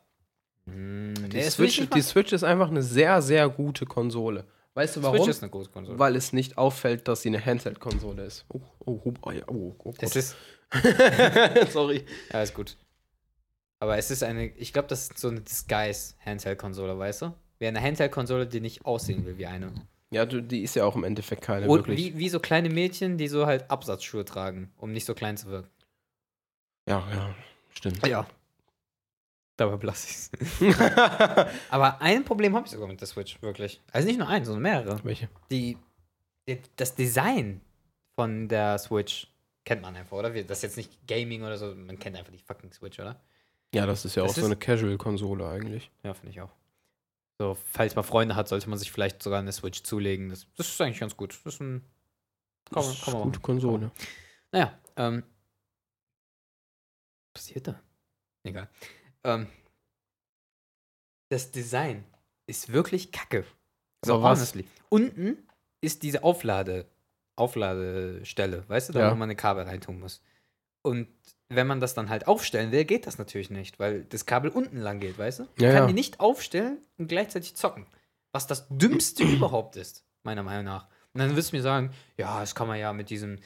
Speaker 2: mm,
Speaker 1: Die,
Speaker 2: nee, es will ich
Speaker 1: Switch,
Speaker 2: nicht
Speaker 1: die
Speaker 2: mal-
Speaker 1: Switch ist einfach eine sehr, sehr gute Konsole. Weißt du warum?
Speaker 2: Switch ist eine große Konsole.
Speaker 1: Weil es nicht auffällt, dass sie eine Handheld-Konsole ist. Oh, oh, oh, oh, ja, oh, oh
Speaker 2: Es
Speaker 1: Gott.
Speaker 2: ist,
Speaker 1: <laughs> Sorry.
Speaker 2: Ja, ist <laughs> gut. Aber es ist eine, ich glaube, das ist so eine Disguise-Handheld-Konsole, weißt du? Wie eine Handheld-Konsole, die nicht aussehen will wie eine.
Speaker 1: Ja, du, die ist <laughs> ja auch im Endeffekt keine
Speaker 2: Und
Speaker 1: wirklich.
Speaker 2: wie, wie so kleine Mädchen, die so halt Absatzschuhe tragen, um nicht so klein zu wirken.
Speaker 1: Ja, ja, stimmt.
Speaker 2: Ja. Dabei
Speaker 1: <laughs>
Speaker 2: blass ich's. Aber ein Problem habe ich sogar mit der Switch, wirklich. Also nicht nur eins, sondern mehrere.
Speaker 1: Welche?
Speaker 2: Die, die, das Design von der Switch kennt man einfach, oder? Wir- Das ist jetzt nicht Gaming oder so, man kennt einfach die fucking Switch, oder?
Speaker 1: Ja, das ist ja
Speaker 2: Das
Speaker 1: auch so
Speaker 2: ist-
Speaker 1: eine Casual-Konsole eigentlich.
Speaker 2: Ja, finde ich auch. So, falls man Freunde hat, sollte man sich vielleicht sogar eine Switch zulegen. Das, das ist eigentlich ganz gut. Das ist ein. Kann
Speaker 1: Das
Speaker 2: man,
Speaker 1: ist
Speaker 2: kann man
Speaker 1: gute
Speaker 2: machen.
Speaker 1: Konsole.
Speaker 2: Naja, ähm. Was passiert da? Egal. Ähm, das Design ist wirklich kacke. So,
Speaker 1: Aber was?
Speaker 2: honestly. Unten ist diese Auflade, Aufladestelle, weißt du, da
Speaker 1: Ja.
Speaker 2: wo man eine Kabel reintun muss. Und wenn man das dann halt aufstellen will, geht das natürlich nicht, weil das Kabel unten lang geht, weißt du? Man
Speaker 1: Ja,
Speaker 2: kann
Speaker 1: ja.
Speaker 2: die nicht aufstellen und gleichzeitig zocken. Was das
Speaker 1: <clears throat>
Speaker 2: Dümmste überhaupt ist, meiner Meinung nach. Und dann wirst du mir sagen, ja, das kann man ja mit diesem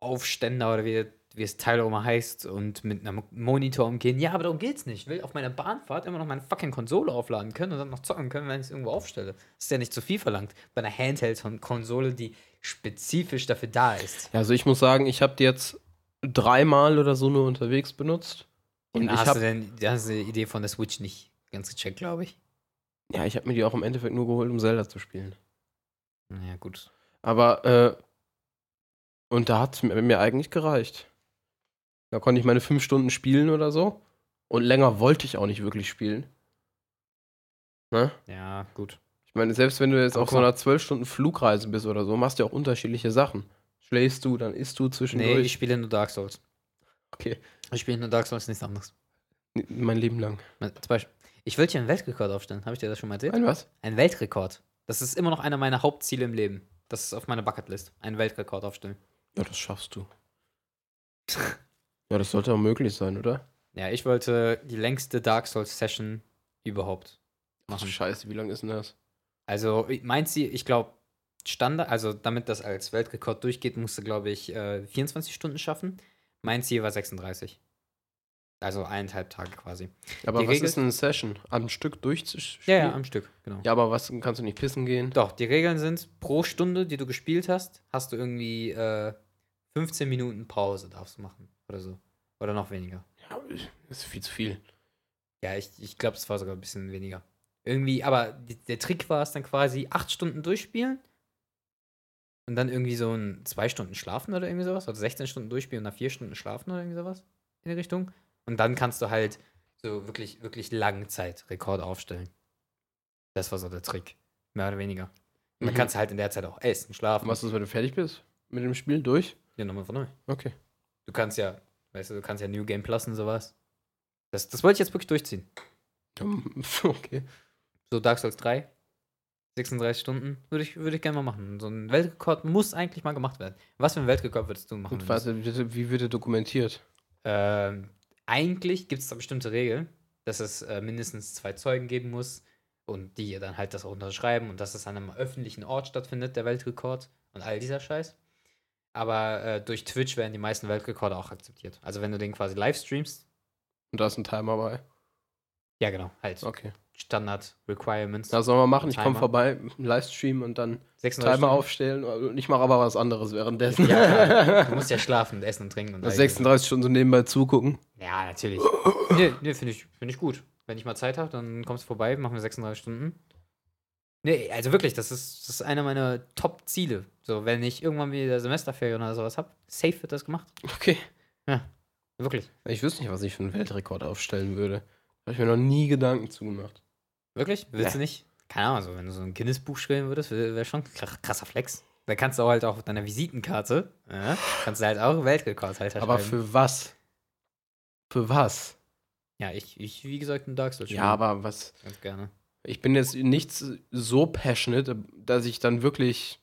Speaker 2: Aufständer oder wie, wie es Teiloma heißt, und mit einem Monitor umgehen. Ja, aber darum geht's nicht. Ich will auf meiner Bahnfahrt immer noch meine fucking Konsole aufladen können und dann noch zocken können, wenn ich es irgendwo aufstelle. Das ist ja nicht zu viel verlangt. Bei einer Handheld-Konsole, die spezifisch dafür da ist.
Speaker 1: Also ich muss sagen, ich habe die jetzt dreimal oder so nur unterwegs benutzt. Und
Speaker 2: Und
Speaker 1: ich
Speaker 2: hast du
Speaker 1: habe
Speaker 2: denn da hast du die Idee von der Switch nicht ganz gecheckt, glaube ich.
Speaker 1: ja, ich habe mir die auch im Endeffekt nur geholt, um Zelda zu spielen.
Speaker 2: Naja, gut.
Speaker 1: Aber äh, und da hat es mir, mir eigentlich gereicht. Da konnte ich meine fünf Stunden spielen oder so. Und länger wollte ich auch nicht wirklich spielen. Ne?
Speaker 2: Ja, gut.
Speaker 1: Ich meine, selbst wenn du jetzt
Speaker 2: Aber
Speaker 1: auf
Speaker 2: guck
Speaker 1: so
Speaker 2: mal.
Speaker 1: einer zwölf Stunden Flugreise bist oder so, machst du ja auch unterschiedliche Sachen. Schläfst du, dann isst du
Speaker 2: Nee, ich
Speaker 1: zwischendurch.
Speaker 2: spiele nur Dark Souls.
Speaker 1: Okay.
Speaker 2: Ich spiele nur Dark Souls, nichts anderes.
Speaker 1: mein Leben lang.
Speaker 2: Mal- Zum Beispiel, ich will hier einen Weltrekord aufstellen. Habe ich dir das schon mal erzählt?
Speaker 1: Ein was?
Speaker 2: Ein Weltrekord. Das ist immer noch einer meiner Hauptziele im Leben. Das ist auf meiner Bucketlist. Einen Weltrekord aufstellen.
Speaker 1: Ja, das schaffst du. <laughs> ja, das sollte auch möglich sein, oder?
Speaker 2: Ja, ich wollte die längste Dark Souls Session überhaupt
Speaker 1: Ach du
Speaker 2: machen.
Speaker 1: Scheiße, wie lang ist denn das?
Speaker 2: Also, meint sie, ich glaube, Standard, also damit das als Weltrekord durchgeht, musste, glaube ich, äh, 24 Stunden schaffen. Mein Ziel war 36. Also eineinhalb Tage quasi.
Speaker 1: Aber
Speaker 2: Die
Speaker 1: was
Speaker 2: Regel-
Speaker 1: ist denn eine Session? Am Stück durchzuspielen?
Speaker 2: Ja, ja, am Stück, genau.
Speaker 1: Ja, aber was kannst du nicht pissen gehen?
Speaker 2: Doch, die Regeln sind, pro Stunde, die du gespielt hast, hast du irgendwie äh, 15 Minuten Pause darfst du machen oder so. Oder noch weniger.
Speaker 1: Ja, das ist viel zu viel.
Speaker 2: Ja, ich, ich glaube, es war sogar ein bisschen weniger. Irgendwie, aber die, der Trick war es dann quasi, acht Stunden durchspielen und dann irgendwie so ein zwei Stunden schlafen oder irgendwie sowas. Oder 16 Stunden durchspielen und dann vier Stunden schlafen oder irgendwie sowas in die Richtung. Und dann kannst du halt so wirklich, wirklich langen Zeitrekord aufstellen. Das war so der Trick. Mehr oder weniger. Und dann
Speaker 1: Mhm.
Speaker 2: kannst du halt in der Zeit auch essen, schlafen.
Speaker 1: Und was ist, wenn du fertig bist? Mit dem Spiel durch?
Speaker 2: Ja, nochmal von neu.
Speaker 1: Okay. <laughs>
Speaker 2: Du kannst ja, weißt du, du kannst ja New Game Plus und sowas. Das, das wollte ich jetzt wirklich durchziehen.
Speaker 1: Ähm, Okay.
Speaker 2: So Dark Souls 3, 36 Stunden, würde ich, würde ich gerne mal machen. So ein Weltrekord muss eigentlich mal gemacht werden. Was für einen Weltrekord würdest du machen?
Speaker 1: Und was, wie wird er dokumentiert?
Speaker 2: Ähm, eigentlich gibt es da bestimmte Regeln, dass es äh, mindestens zwei Zeugen geben muss und die dann halt das auch unterschreiben und dass es an einem öffentlichen Ort stattfindet, der Weltrekord und all dieser Scheiß. Aber äh, durch Twitch werden die meisten Weltrekorde auch akzeptiert. Also wenn du den quasi live streamst,
Speaker 1: Und da ist ein Timer bei.
Speaker 2: ja genau, halt
Speaker 1: Okay.
Speaker 2: Standard Requirements.
Speaker 1: Das sollen wir machen. Ich komme
Speaker 2: Timer.
Speaker 1: vorbei, Livestream und dann
Speaker 2: 36
Speaker 1: Timer
Speaker 2: Stunden.
Speaker 1: aufstellen. Und Ich mache aber was anderes währenddessen.
Speaker 2: Ja,
Speaker 1: <laughs>
Speaker 2: klar. du musst ja schlafen, und essen und trinken. Und all
Speaker 1: Also
Speaker 2: diese-
Speaker 1: 36 Stunden so nebenbei zugucken.
Speaker 2: Ja, natürlich. <coughs> Nee, nee finde ich, find ich gut. Wenn ich mal Zeit habe, dann kommst du vorbei, machen wir 36 Stunden. Nee, also wirklich, das ist, das ist einer meiner Top-Ziele. So, wenn ich irgendwann wieder Semesterferien oder sowas habe, safe wird das gemacht.
Speaker 1: Okay.
Speaker 2: Wirklich.
Speaker 1: Ich wüsste nicht, was ich für einen Weltrekord aufstellen würde. Da habe ich mir noch nie Gedanken zugemacht.
Speaker 2: Wirklich? Willst du nicht? Keine Ahnung, so, wenn du so ein Guinness-Buch schreiben würdest, wäre wär schon ein kr- krasser Flex. Da kannst du auch halt auch auf deiner Visitenkarte, ja, kannst du halt auch Weltrekordhalter
Speaker 1: Aber
Speaker 2: schreiben.
Speaker 1: für was? Für was?
Speaker 2: Ja, ich, ich, wie gesagt, ein Dark Souls
Speaker 1: Ja, aber was?
Speaker 2: ganz gerne.
Speaker 1: Ich bin jetzt nichts so passionate, dass ich dann wirklich.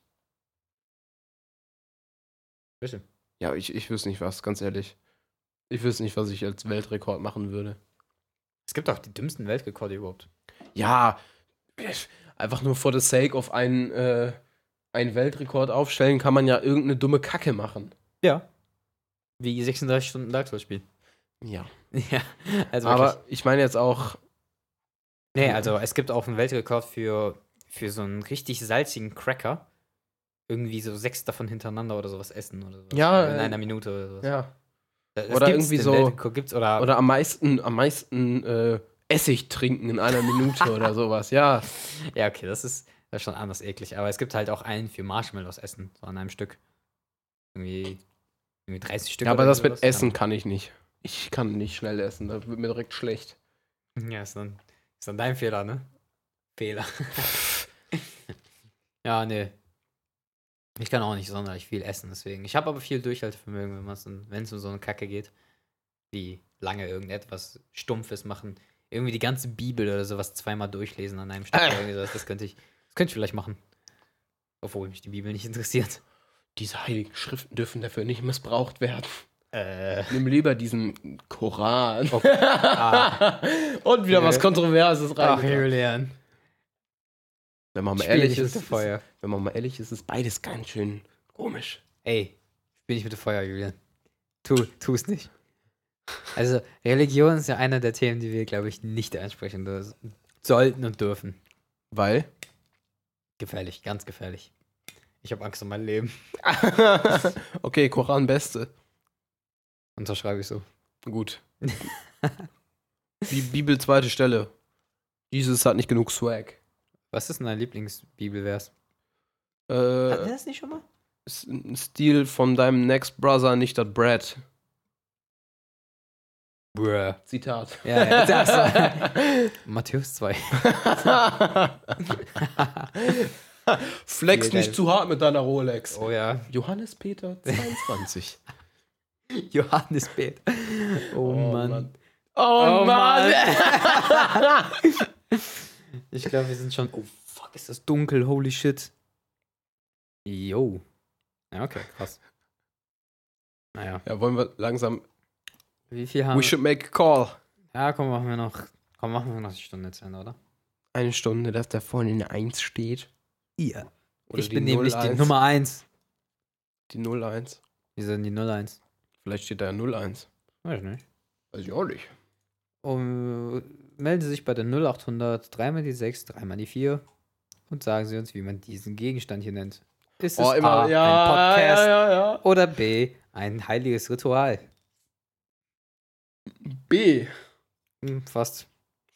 Speaker 2: Bitte.
Speaker 1: Ja, ich, ich wüsste nicht was, ganz ehrlich. Ich wüsste nicht, was ich als Weltrekord machen würde.
Speaker 2: Es gibt auch die dümmsten Weltrekorde überhaupt.
Speaker 1: Ja, einfach nur for the sake of einen, äh, einen Weltrekord aufstellen, kann man ja irgendeine dumme Kacke machen.
Speaker 2: Ja. Wie 36 Stunden Dark Souls spielen.
Speaker 1: Ja.
Speaker 2: <laughs> Ja, also wirklich.
Speaker 1: Aber ich meine jetzt auch,
Speaker 2: Nee, also es gibt auch einen Weltrekord für, für so einen richtig salzigen Cracker. Irgendwie so sechs davon hintereinander oder sowas essen oder sowas.
Speaker 1: Ja,
Speaker 2: In
Speaker 1: äh,
Speaker 2: einer Minute oder sowas.
Speaker 1: ja.
Speaker 2: Das
Speaker 1: oder
Speaker 2: gibt's,
Speaker 1: irgendwie
Speaker 2: den
Speaker 1: so-
Speaker 2: Weltrekord gibt's oder,
Speaker 1: Oder am meisten, am meisten äh, Essig trinken in einer
Speaker 2: <laughs>
Speaker 1: Minute oder sowas, ja.
Speaker 2: Ja, okay, das ist, das ist schon anders eklig. Aber es gibt halt auch einen für Marshmallows essen, so an einem Stück. Irgendwie, irgendwie 30 Stück.
Speaker 1: Ja, aber
Speaker 2: oder
Speaker 1: das
Speaker 2: irgendwie
Speaker 1: mit
Speaker 2: sowas. genau.
Speaker 1: Essen kann ich nicht. Ich kann nicht schnell essen, da wird mir direkt schlecht.
Speaker 2: Ja, ist dann, ist dann dein Fehler, ne? Fehler. <laughs> ja, nee. Ich kann auch nicht sonderlich viel essen, deswegen. Ich habe aber viel Durchhaltevermögen, wenn man's in- wenn es um so eine Kacke geht, wie lange irgendetwas Stumpfes machen. Irgendwie die ganze Bibel oder sowas zweimal durchlesen an
Speaker 1: <laughs>
Speaker 2: einem Stück. oder irgendwie sowas. Das könnte ich, das könnte ich vielleicht machen. Obwohl mich die Bibel nicht interessiert.
Speaker 1: Diese heiligen Schriften dürfen dafür nicht missbraucht werden.
Speaker 2: Äh,
Speaker 1: Nimm lieber diesen Koran.
Speaker 2: Oh,
Speaker 1: <laughs>
Speaker 2: Ah.
Speaker 1: Und wieder was
Speaker 2: Nö.
Speaker 1: Kontroverses
Speaker 2: ach,
Speaker 1: rein.
Speaker 2: Julian.
Speaker 1: Wenn man mal
Speaker 2: Spiel
Speaker 1: Um ehrlich
Speaker 2: nicht
Speaker 1: ist,
Speaker 2: mit dem Feuer.
Speaker 1: ist, wenn man mal ehrlich ist, ist beides ganz schön komisch.
Speaker 2: Ey, ich bin nicht mit dem Feuer, Julian. Tu, tu es nicht. Also, Religion ist ja einer der Themen, die wir, glaube ich, nicht ansprechen dür- sollten und dürfen.
Speaker 1: Weil? <laughs>
Speaker 2: Gefährlich, ganz gefährlich. Ich habe Angst um mein Leben.
Speaker 1: okay, Koran Beste.
Speaker 2: Unterschreibe ich so.
Speaker 1: Gut. Bi- Bibel zweite Stelle. Jesus hat nicht genug Swag.
Speaker 2: Was ist denn dein Lieblingsbibelvers? Hatten wir
Speaker 1: Äh,
Speaker 2: das nicht schon mal?
Speaker 1: ist ein Stil von deinem Next Brother, nicht das Brad.
Speaker 2: Bruh.
Speaker 1: Zitat. <laughs>
Speaker 2: Ja, ja, das. <laughs> Matthäus 2.
Speaker 1: Flex
Speaker 2: Vielen
Speaker 1: nicht
Speaker 2: Dank.
Speaker 1: zu hart mit deiner Rolex.
Speaker 2: Oh <laughs> ja.
Speaker 1: Johannes Peter 22.
Speaker 2: Johannesbeet. Oh, Mann.
Speaker 1: Oh,
Speaker 2: Oh,
Speaker 1: Mann.
Speaker 2: Ich glaube, wir sind schon. Oh fuck, ist das dunkel, holy shit. Yo. Ja, okay, krass. Naja.
Speaker 1: <laughs> Ja, wollen wir langsam.
Speaker 2: Wie viel haben
Speaker 1: We
Speaker 2: wir?
Speaker 1: should make a call.
Speaker 2: Ja, komm, machen wir noch. Komm, machen wir noch eine Stunde zu Ende, oder?
Speaker 1: Eine Stunde, dass da vorne eine 1 steht.
Speaker 2: Ja.
Speaker 1: Oder
Speaker 2: ich
Speaker 1: die
Speaker 2: bin nämlich die
Speaker 1: 01.
Speaker 2: Nummer 1.
Speaker 1: Die 01.
Speaker 2: Wieso denn die 01?
Speaker 1: Vielleicht steht da ja 01.
Speaker 2: Weiß nicht.
Speaker 1: Weiß ich auch nicht.
Speaker 2: Um, melden Sie sich bei der 0800 dreimal die 6, dreimal die 4 und sagen Sie uns, wie man diesen Gegenstand hier nennt. Ist es A, ein Podcast
Speaker 1: ja, ja.
Speaker 2: oder B, ein heiliges Ritual?
Speaker 1: B.
Speaker 2: Hm, fast.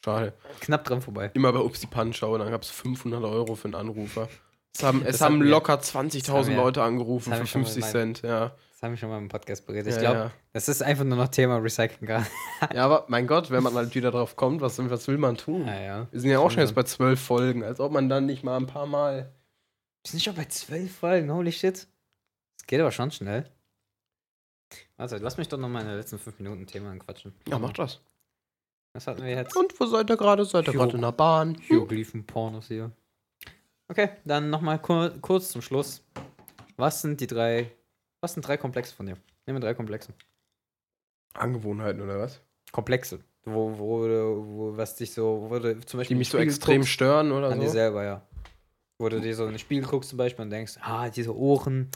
Speaker 1: Schade.
Speaker 2: Knapp dran vorbei.
Speaker 1: Immer bei Upsi Pan schauen, dann gab es 500 Euro für einen Anrufer. Es haben, es
Speaker 2: Das
Speaker 1: haben
Speaker 2: hatten wir.
Speaker 1: locker
Speaker 2: Das
Speaker 1: 20.000
Speaker 2: haben wir.
Speaker 1: Leute angerufen
Speaker 2: Das haben
Speaker 1: für
Speaker 2: wir schon mal
Speaker 1: 50
Speaker 2: in
Speaker 1: Cent, ja.
Speaker 2: Das haben wir schon mal im Podcast beredet.
Speaker 1: ja,
Speaker 2: Ich glaube,
Speaker 1: ja.
Speaker 2: das ist einfach nur noch Thema Recycling gerade. <laughs>
Speaker 1: ja, aber mein Gott, wenn man halt wieder drauf kommt, was, was will man tun?
Speaker 2: Ja, Ah, ja.
Speaker 1: Wir sind ja auch schon
Speaker 2: Stimmt.
Speaker 1: jetzt bei zwölf Folgen, als ob man dann nicht mal ein paar Mal.
Speaker 2: Wir sind schon bei zwölf Folgen, holy shit. Das geht aber schon schnell. Warte, lass mich doch noch mal in den letzten fünf Minuten Thema anquatschen.
Speaker 1: Ja, macht das.
Speaker 2: Was hatten wir jetzt?
Speaker 1: Und wo seid ihr gerade? Seid ihr
Speaker 2: Chirurg.
Speaker 1: gerade in der Bahn?
Speaker 2: Hieroglyphen-Pornos hier. Okay, dann nochmal kur kurz zum Schluss. Was sind die drei. Was sind drei Komplexe von dir? Nehmen wir drei Komplexe.
Speaker 1: Angewohnheiten oder was?
Speaker 2: Komplexe. Wo, wo, wo, was dich so, wo du zum
Speaker 1: Die
Speaker 2: Beispiel.
Speaker 1: mich so
Speaker 2: in den Spiegel
Speaker 1: extrem
Speaker 2: guckst,
Speaker 1: stören oder
Speaker 2: An dir
Speaker 1: so?
Speaker 2: selber, ja. Wo du dir so in den Spiegel guckst zum Beispiel und denkst, ah, diese Ohren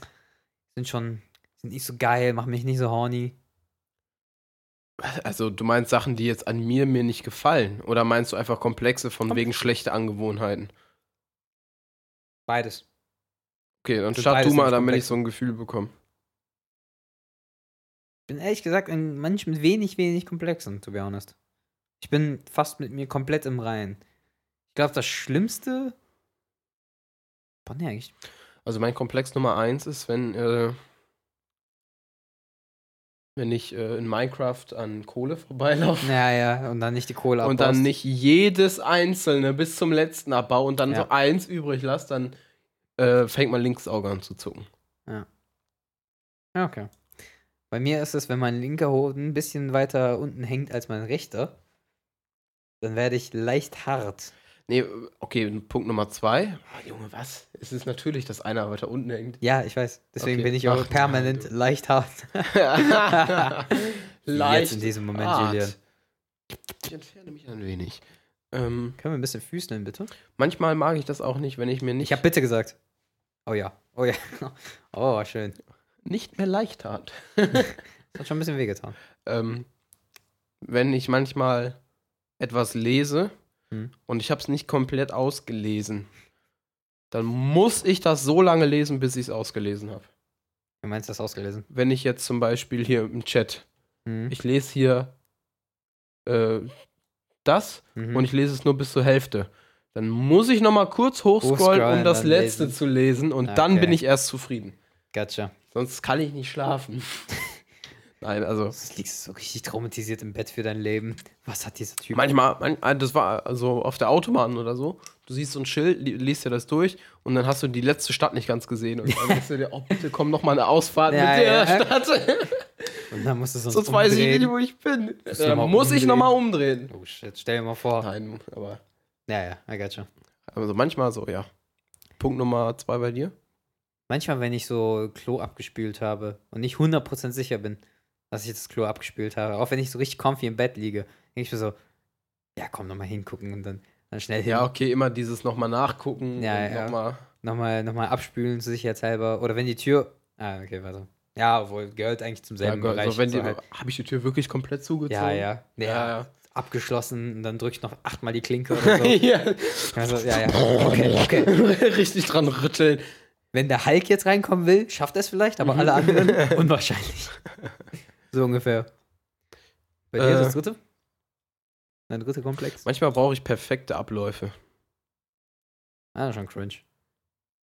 Speaker 2: sind schon, sind nicht so geil, machen mich nicht so horny.
Speaker 1: Also du meinst Sachen, die jetzt an mir mir nicht gefallen? Oder meinst du einfach Komplexe von wegen schlechter Angewohnheiten?
Speaker 2: Beides.
Speaker 1: Okay, dann
Speaker 2: Sind
Speaker 1: start du
Speaker 2: beides
Speaker 1: mal,
Speaker 2: nämlich
Speaker 1: damit ich
Speaker 2: Komplexe.
Speaker 1: so ein Gefühl bekomme.
Speaker 2: bin ehrlich gesagt ein Mensch mit wenig, wenig Komplexen, to be honest. Ich bin fast mit mir komplett im Reinen. Ich glaube, das Schlimmste. Boah, nee, eigentlich.
Speaker 1: Also mein Komplex Nummer eins ist, wenn, äh, wenn ich äh, in Minecraft an Kohle vorbeilaufe.
Speaker 2: Naja, und dann nicht die Kohle
Speaker 1: und
Speaker 2: abbaust.
Speaker 1: dann nicht jedes einzelne bis zum letzten abbau und dann
Speaker 2: Ja.
Speaker 1: so eins übrig lasse, dann äh, fängt mein linkes Auge an zu zucken.
Speaker 2: Ja, okay. Bei mir ist es, wenn mein linker Hoden ein bisschen weiter unten hängt als mein rechter, dann werde ich leicht hart.
Speaker 1: Nee, äh, okay, Punkt Nummer zwei. Ah, Junge, was? Es ist natürlich, dass einer weiter unten <laughs> hängt.
Speaker 2: Ja, ich weiß. Deswegen
Speaker 1: Okay.
Speaker 2: bin ich auch
Speaker 1: Ach,
Speaker 2: permanent
Speaker 1: ja,
Speaker 2: leicht
Speaker 1: <laughs>
Speaker 2: hart. Jetzt in diesem Moment,
Speaker 1: hart.
Speaker 2: Julian.
Speaker 1: Ich entferne mich ein wenig. Ähm,
Speaker 2: Können wir ein bisschen füßeln, bitte?
Speaker 1: manchmal mag ich das auch nicht, wenn ich mir nicht,
Speaker 2: Ich habe bitte gesagt. Oh ja. Oh ja. <laughs> Oh, schön.
Speaker 1: nicht mehr leicht hat.
Speaker 2: Das hat schon ein bisschen wehgetan.
Speaker 1: ähm, wenn ich manchmal etwas lese
Speaker 2: Hm.
Speaker 1: und ich habe es nicht komplett ausgelesen, dann muss ich das so lange lesen, bis ich es ausgelesen habe.
Speaker 2: Wie meinst du das ausgelesen? Hm?
Speaker 1: Wenn ich jetzt zum Beispiel hier im Chat, ich lese hier äh, das
Speaker 2: Mhm.
Speaker 1: und ich lese es nur bis zur Hälfte, dann muss ich nochmal kurz hochscrollen,
Speaker 2: Hochscrollen,
Speaker 1: um das
Speaker 2: dann
Speaker 1: letzte
Speaker 2: lesen.
Speaker 1: zu lesen und dann
Speaker 2: Okay.
Speaker 1: bin ich erst zufrieden.
Speaker 2: Gotcha.
Speaker 1: Sonst kann ich nicht
Speaker 2: <laughs>
Speaker 1: schlafen. Nein, also
Speaker 2: Du liegst so richtig traumatisiert im Bett für dein Leben. Was hat dieser Typ?
Speaker 1: Manchmal, man, das war also auf der Autobahn oder so. Du siehst so ein Schild, li- liest dir das durch und dann hast du die letzte Stadt nicht ganz gesehen. Und dann denkst du dir, oh, bitte komm noch mal eine Ausfahrt
Speaker 2: Ja,
Speaker 1: mit der
Speaker 2: ja.
Speaker 1: Stadt.
Speaker 2: Und dann musst du sonst,
Speaker 1: Sonst weiß ich
Speaker 2: umdrehen.
Speaker 1: nicht, wo ich bin.
Speaker 2: du
Speaker 1: Dann
Speaker 2: mal
Speaker 1: muss ich
Speaker 2: umdrehen.
Speaker 1: noch mal umdrehen.
Speaker 2: Oh shit, stell dir mal vor.
Speaker 1: Nein, aber
Speaker 2: Ja, ja, I gotcha.
Speaker 1: also manchmal so, ja. Punkt Nummer zwei bei dir.
Speaker 2: Manchmal, wenn ich so Klo abgespült habe und nicht 100% sicher bin, dass ich das Klo abgespült habe, auch wenn ich so richtig comfy im Bett liege, denke ich mir so, ja komm, nochmal hingucken und dann, dann schnell hin.
Speaker 1: Ja, okay, immer dieses noch mal nachgucken
Speaker 2: Ja,
Speaker 1: und
Speaker 2: ja.
Speaker 1: noch mal.
Speaker 2: Nochmal, nochmal abspülen, sicherheitshalber. Oder wenn die Tür. Ah, okay, warte. Ja, obwohl, gehört eigentlich zum selben
Speaker 1: Ja,
Speaker 2: Bereich.
Speaker 1: also wenn
Speaker 2: so
Speaker 1: die,
Speaker 2: halt.
Speaker 1: Habe ich die Tür wirklich komplett zugezogen?
Speaker 2: ja, ja. Nee,
Speaker 1: Ja,
Speaker 2: ja,
Speaker 1: ja.
Speaker 2: Abgeschlossen und dann drückt noch achtmal die Klinke oder
Speaker 1: <laughs>
Speaker 2: so. <laughs>
Speaker 1: ja.
Speaker 2: also, ja, ja. Okay, okay.
Speaker 1: <laughs> Richtig dran rütteln.
Speaker 2: Wenn der Hulk jetzt reinkommen will, schafft er es vielleicht, aber alle anderen <laughs> unwahrscheinlich. So ungefähr. Bei dir
Speaker 1: Äh.
Speaker 2: ist das dritte? Dein dritter Komplex?
Speaker 1: Manchmal brauche ich perfekte Abläufe.
Speaker 2: Ah, schon cringe.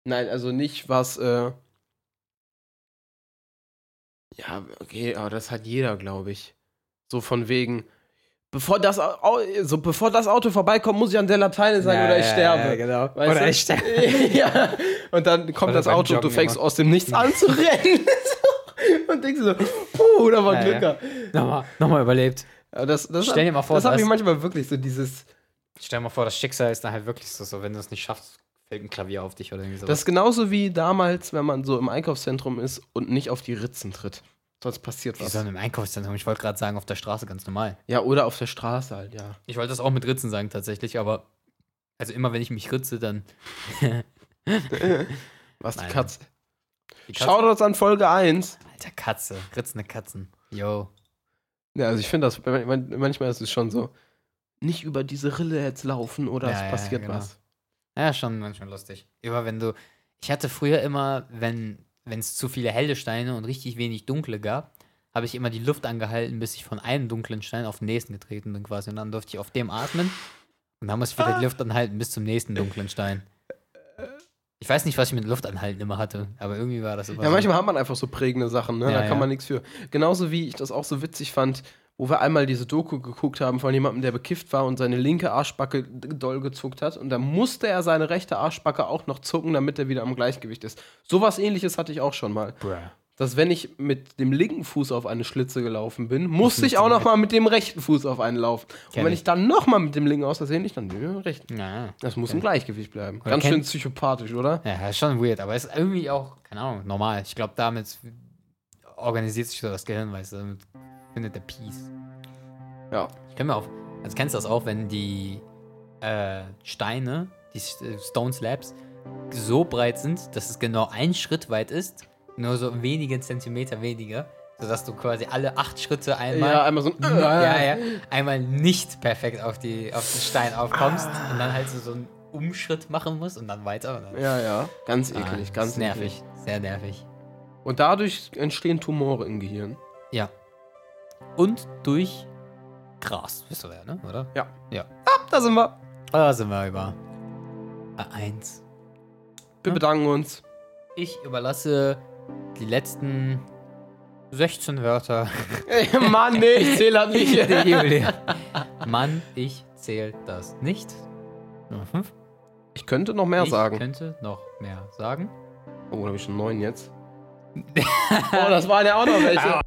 Speaker 1: Nein, also nicht was. Äh ja, okay, aber das hat jeder, glaube ich. So von wegen. Bevor das, Au- Au- so bevor das Auto vorbeikommt, muss ich an der Laterne sein
Speaker 2: Ja,
Speaker 1: oder ich
Speaker 2: ja,
Speaker 1: sterbe.
Speaker 2: Ja, genau.
Speaker 1: Weißt
Speaker 2: Oder
Speaker 1: du?
Speaker 2: ich sterbe.
Speaker 1: <laughs> ja. Und dann kommt
Speaker 2: Oder
Speaker 1: das
Speaker 2: beim
Speaker 1: Auto und du
Speaker 2: Joggen
Speaker 1: fängst aus dem Nichts an zu rennen. <laughs> So. und denkst so, puh, da war
Speaker 2: Ja,
Speaker 1: Glück.
Speaker 2: ja.
Speaker 1: gehabt.
Speaker 2: Nochmal, nochmal überlebt.
Speaker 1: Aber Das, das
Speaker 2: Stell dir mal vor,
Speaker 1: das habe
Speaker 2: das-
Speaker 1: ich manchmal wirklich so dieses.
Speaker 2: Stell dir mal vor, das Schicksal ist dann halt wirklich so, so wenn du es nicht schaffst, fällt ein Klavier auf dich oder irgendwie sowas.
Speaker 1: Das ist genauso wie damals, wenn man so im Einkaufszentrum ist und nicht auf die Ritzen tritt. Sonst passiert
Speaker 2: Wie
Speaker 1: was.
Speaker 2: so im Einkaufszentrum. Ich wollte gerade sagen, auf der Straße ganz normal.
Speaker 1: Ja, oder auf der Straße halt,
Speaker 2: <laughs>
Speaker 1: ja.
Speaker 2: Ich wollte das auch mit Ritzen sagen tatsächlich, aber also immer wenn ich mich ritze, dann
Speaker 1: Was die
Speaker 2: Nein.
Speaker 1: Katze.
Speaker 2: die Katze.
Speaker 1: Shoutouts an Folge 1.
Speaker 2: Alter Katze, ritzende Katzen. Yo.
Speaker 1: Ja, also ich finde das, man- manchmal ist es schon so, nicht über diese Rille jetzt laufen oder
Speaker 2: Ja,
Speaker 1: es
Speaker 2: ja,
Speaker 1: passiert
Speaker 2: genau.
Speaker 1: was.
Speaker 2: Ja, schon manchmal lustig. Immer wenn du. Ich hatte früher immer, wenn wenn es zu viele helle Steine und richtig wenig dunkle gab, habe ich immer die Luft angehalten, bis ich von einem dunklen Stein auf den nächsten getreten bin quasi. Und dann durfte ich auf dem atmen. Und dann muss ich wieder
Speaker 1: Ah.
Speaker 2: die Luft anhalten bis zum nächsten dunklen Stein. Ich weiß nicht, was ich mit Luft anhalten immer hatte, aber irgendwie war das immer
Speaker 1: Ja,
Speaker 2: so.
Speaker 1: manchmal hat man einfach so prägende Sachen, ne?
Speaker 2: Ja,
Speaker 1: da kann
Speaker 2: ja.
Speaker 1: man nichts für. Genauso wie ich das auch so witzig fand, wo wir einmal diese Doku geguckt haben von jemandem, der bekifft war und seine linke Arschbacke d- doll gezuckt hat. Und da musste er seine rechte Arschbacke auch noch zucken, damit er wieder am Gleichgewicht ist. Sowas ähnliches hatte ich auch schon mal.
Speaker 2: Bruh.
Speaker 1: Dass wenn ich mit dem linken Fuß auf eine Schlitze gelaufen bin, musste ich auch noch mal mit dem rechten Fuß auf einen laufen. Und
Speaker 2: Kenn
Speaker 1: wenn
Speaker 2: ich.
Speaker 1: ich dann noch mal mit dem linken aus Versehen, ich dann mit dem rechten.
Speaker 2: Ja,
Speaker 1: Das muss im Gleichgewicht bleiben.
Speaker 2: Oder
Speaker 1: Ganz
Speaker 2: kenn-
Speaker 1: schön psychopathisch, oder?
Speaker 2: ja, ist schon weird, aber ist irgendwie auch, keine Ahnung, normal. Ich glaube, damit organisiert sich so das Gehirn, weißt du, damit findet der Peace.
Speaker 1: Ja.
Speaker 2: Ich kann mir auch, also kennst du das auch, wenn die äh, Steine, die S- äh, Stone Slabs, so breit sind, dass es genau ein Schritt weit ist, nur so wenige Zentimeter weniger, sodass du quasi alle acht Schritte
Speaker 1: Ja, ähm,
Speaker 2: einmal,
Speaker 1: einmal so ein.
Speaker 2: Äh, <laughs> ja, ja, einmal nicht perfekt auf, die, auf den Stein aufkommst und dann halt so, so einen Umschritt machen musst und dann weiter. Und dann,
Speaker 1: Ja, ja. Ganz
Speaker 2: Ah,
Speaker 1: eklig,
Speaker 2: ist
Speaker 1: ganz
Speaker 2: nervig,
Speaker 1: Eklig.
Speaker 2: sehr nervig.
Speaker 1: Und dadurch entstehen Tumore im Gehirn.
Speaker 2: Ja. Und durch Gras, bist du ja, ne? Oder?
Speaker 1: Ja.
Speaker 2: Ja.
Speaker 1: Ah, da sind wir.
Speaker 2: Da sind wir über. A1.
Speaker 1: Wir
Speaker 2: Ja.
Speaker 1: bedanken uns. <laughs>
Speaker 2: Ich überlasse die letzten 16 <laughs> Wörter.
Speaker 1: Ey, Mann, nee, ich zähle halt
Speaker 2: <laughs>
Speaker 1: nicht.
Speaker 2: Der Julia. Mann, ich zähle das nicht. Nummer fünf.
Speaker 1: Ich könnte noch mehr
Speaker 2: ich
Speaker 1: sagen.
Speaker 2: könnte noch mehr sagen. <laughs> Ah.
Speaker 1: Oh, da habe ich schon neun jetzt. oh, das waren ja auch noch welche.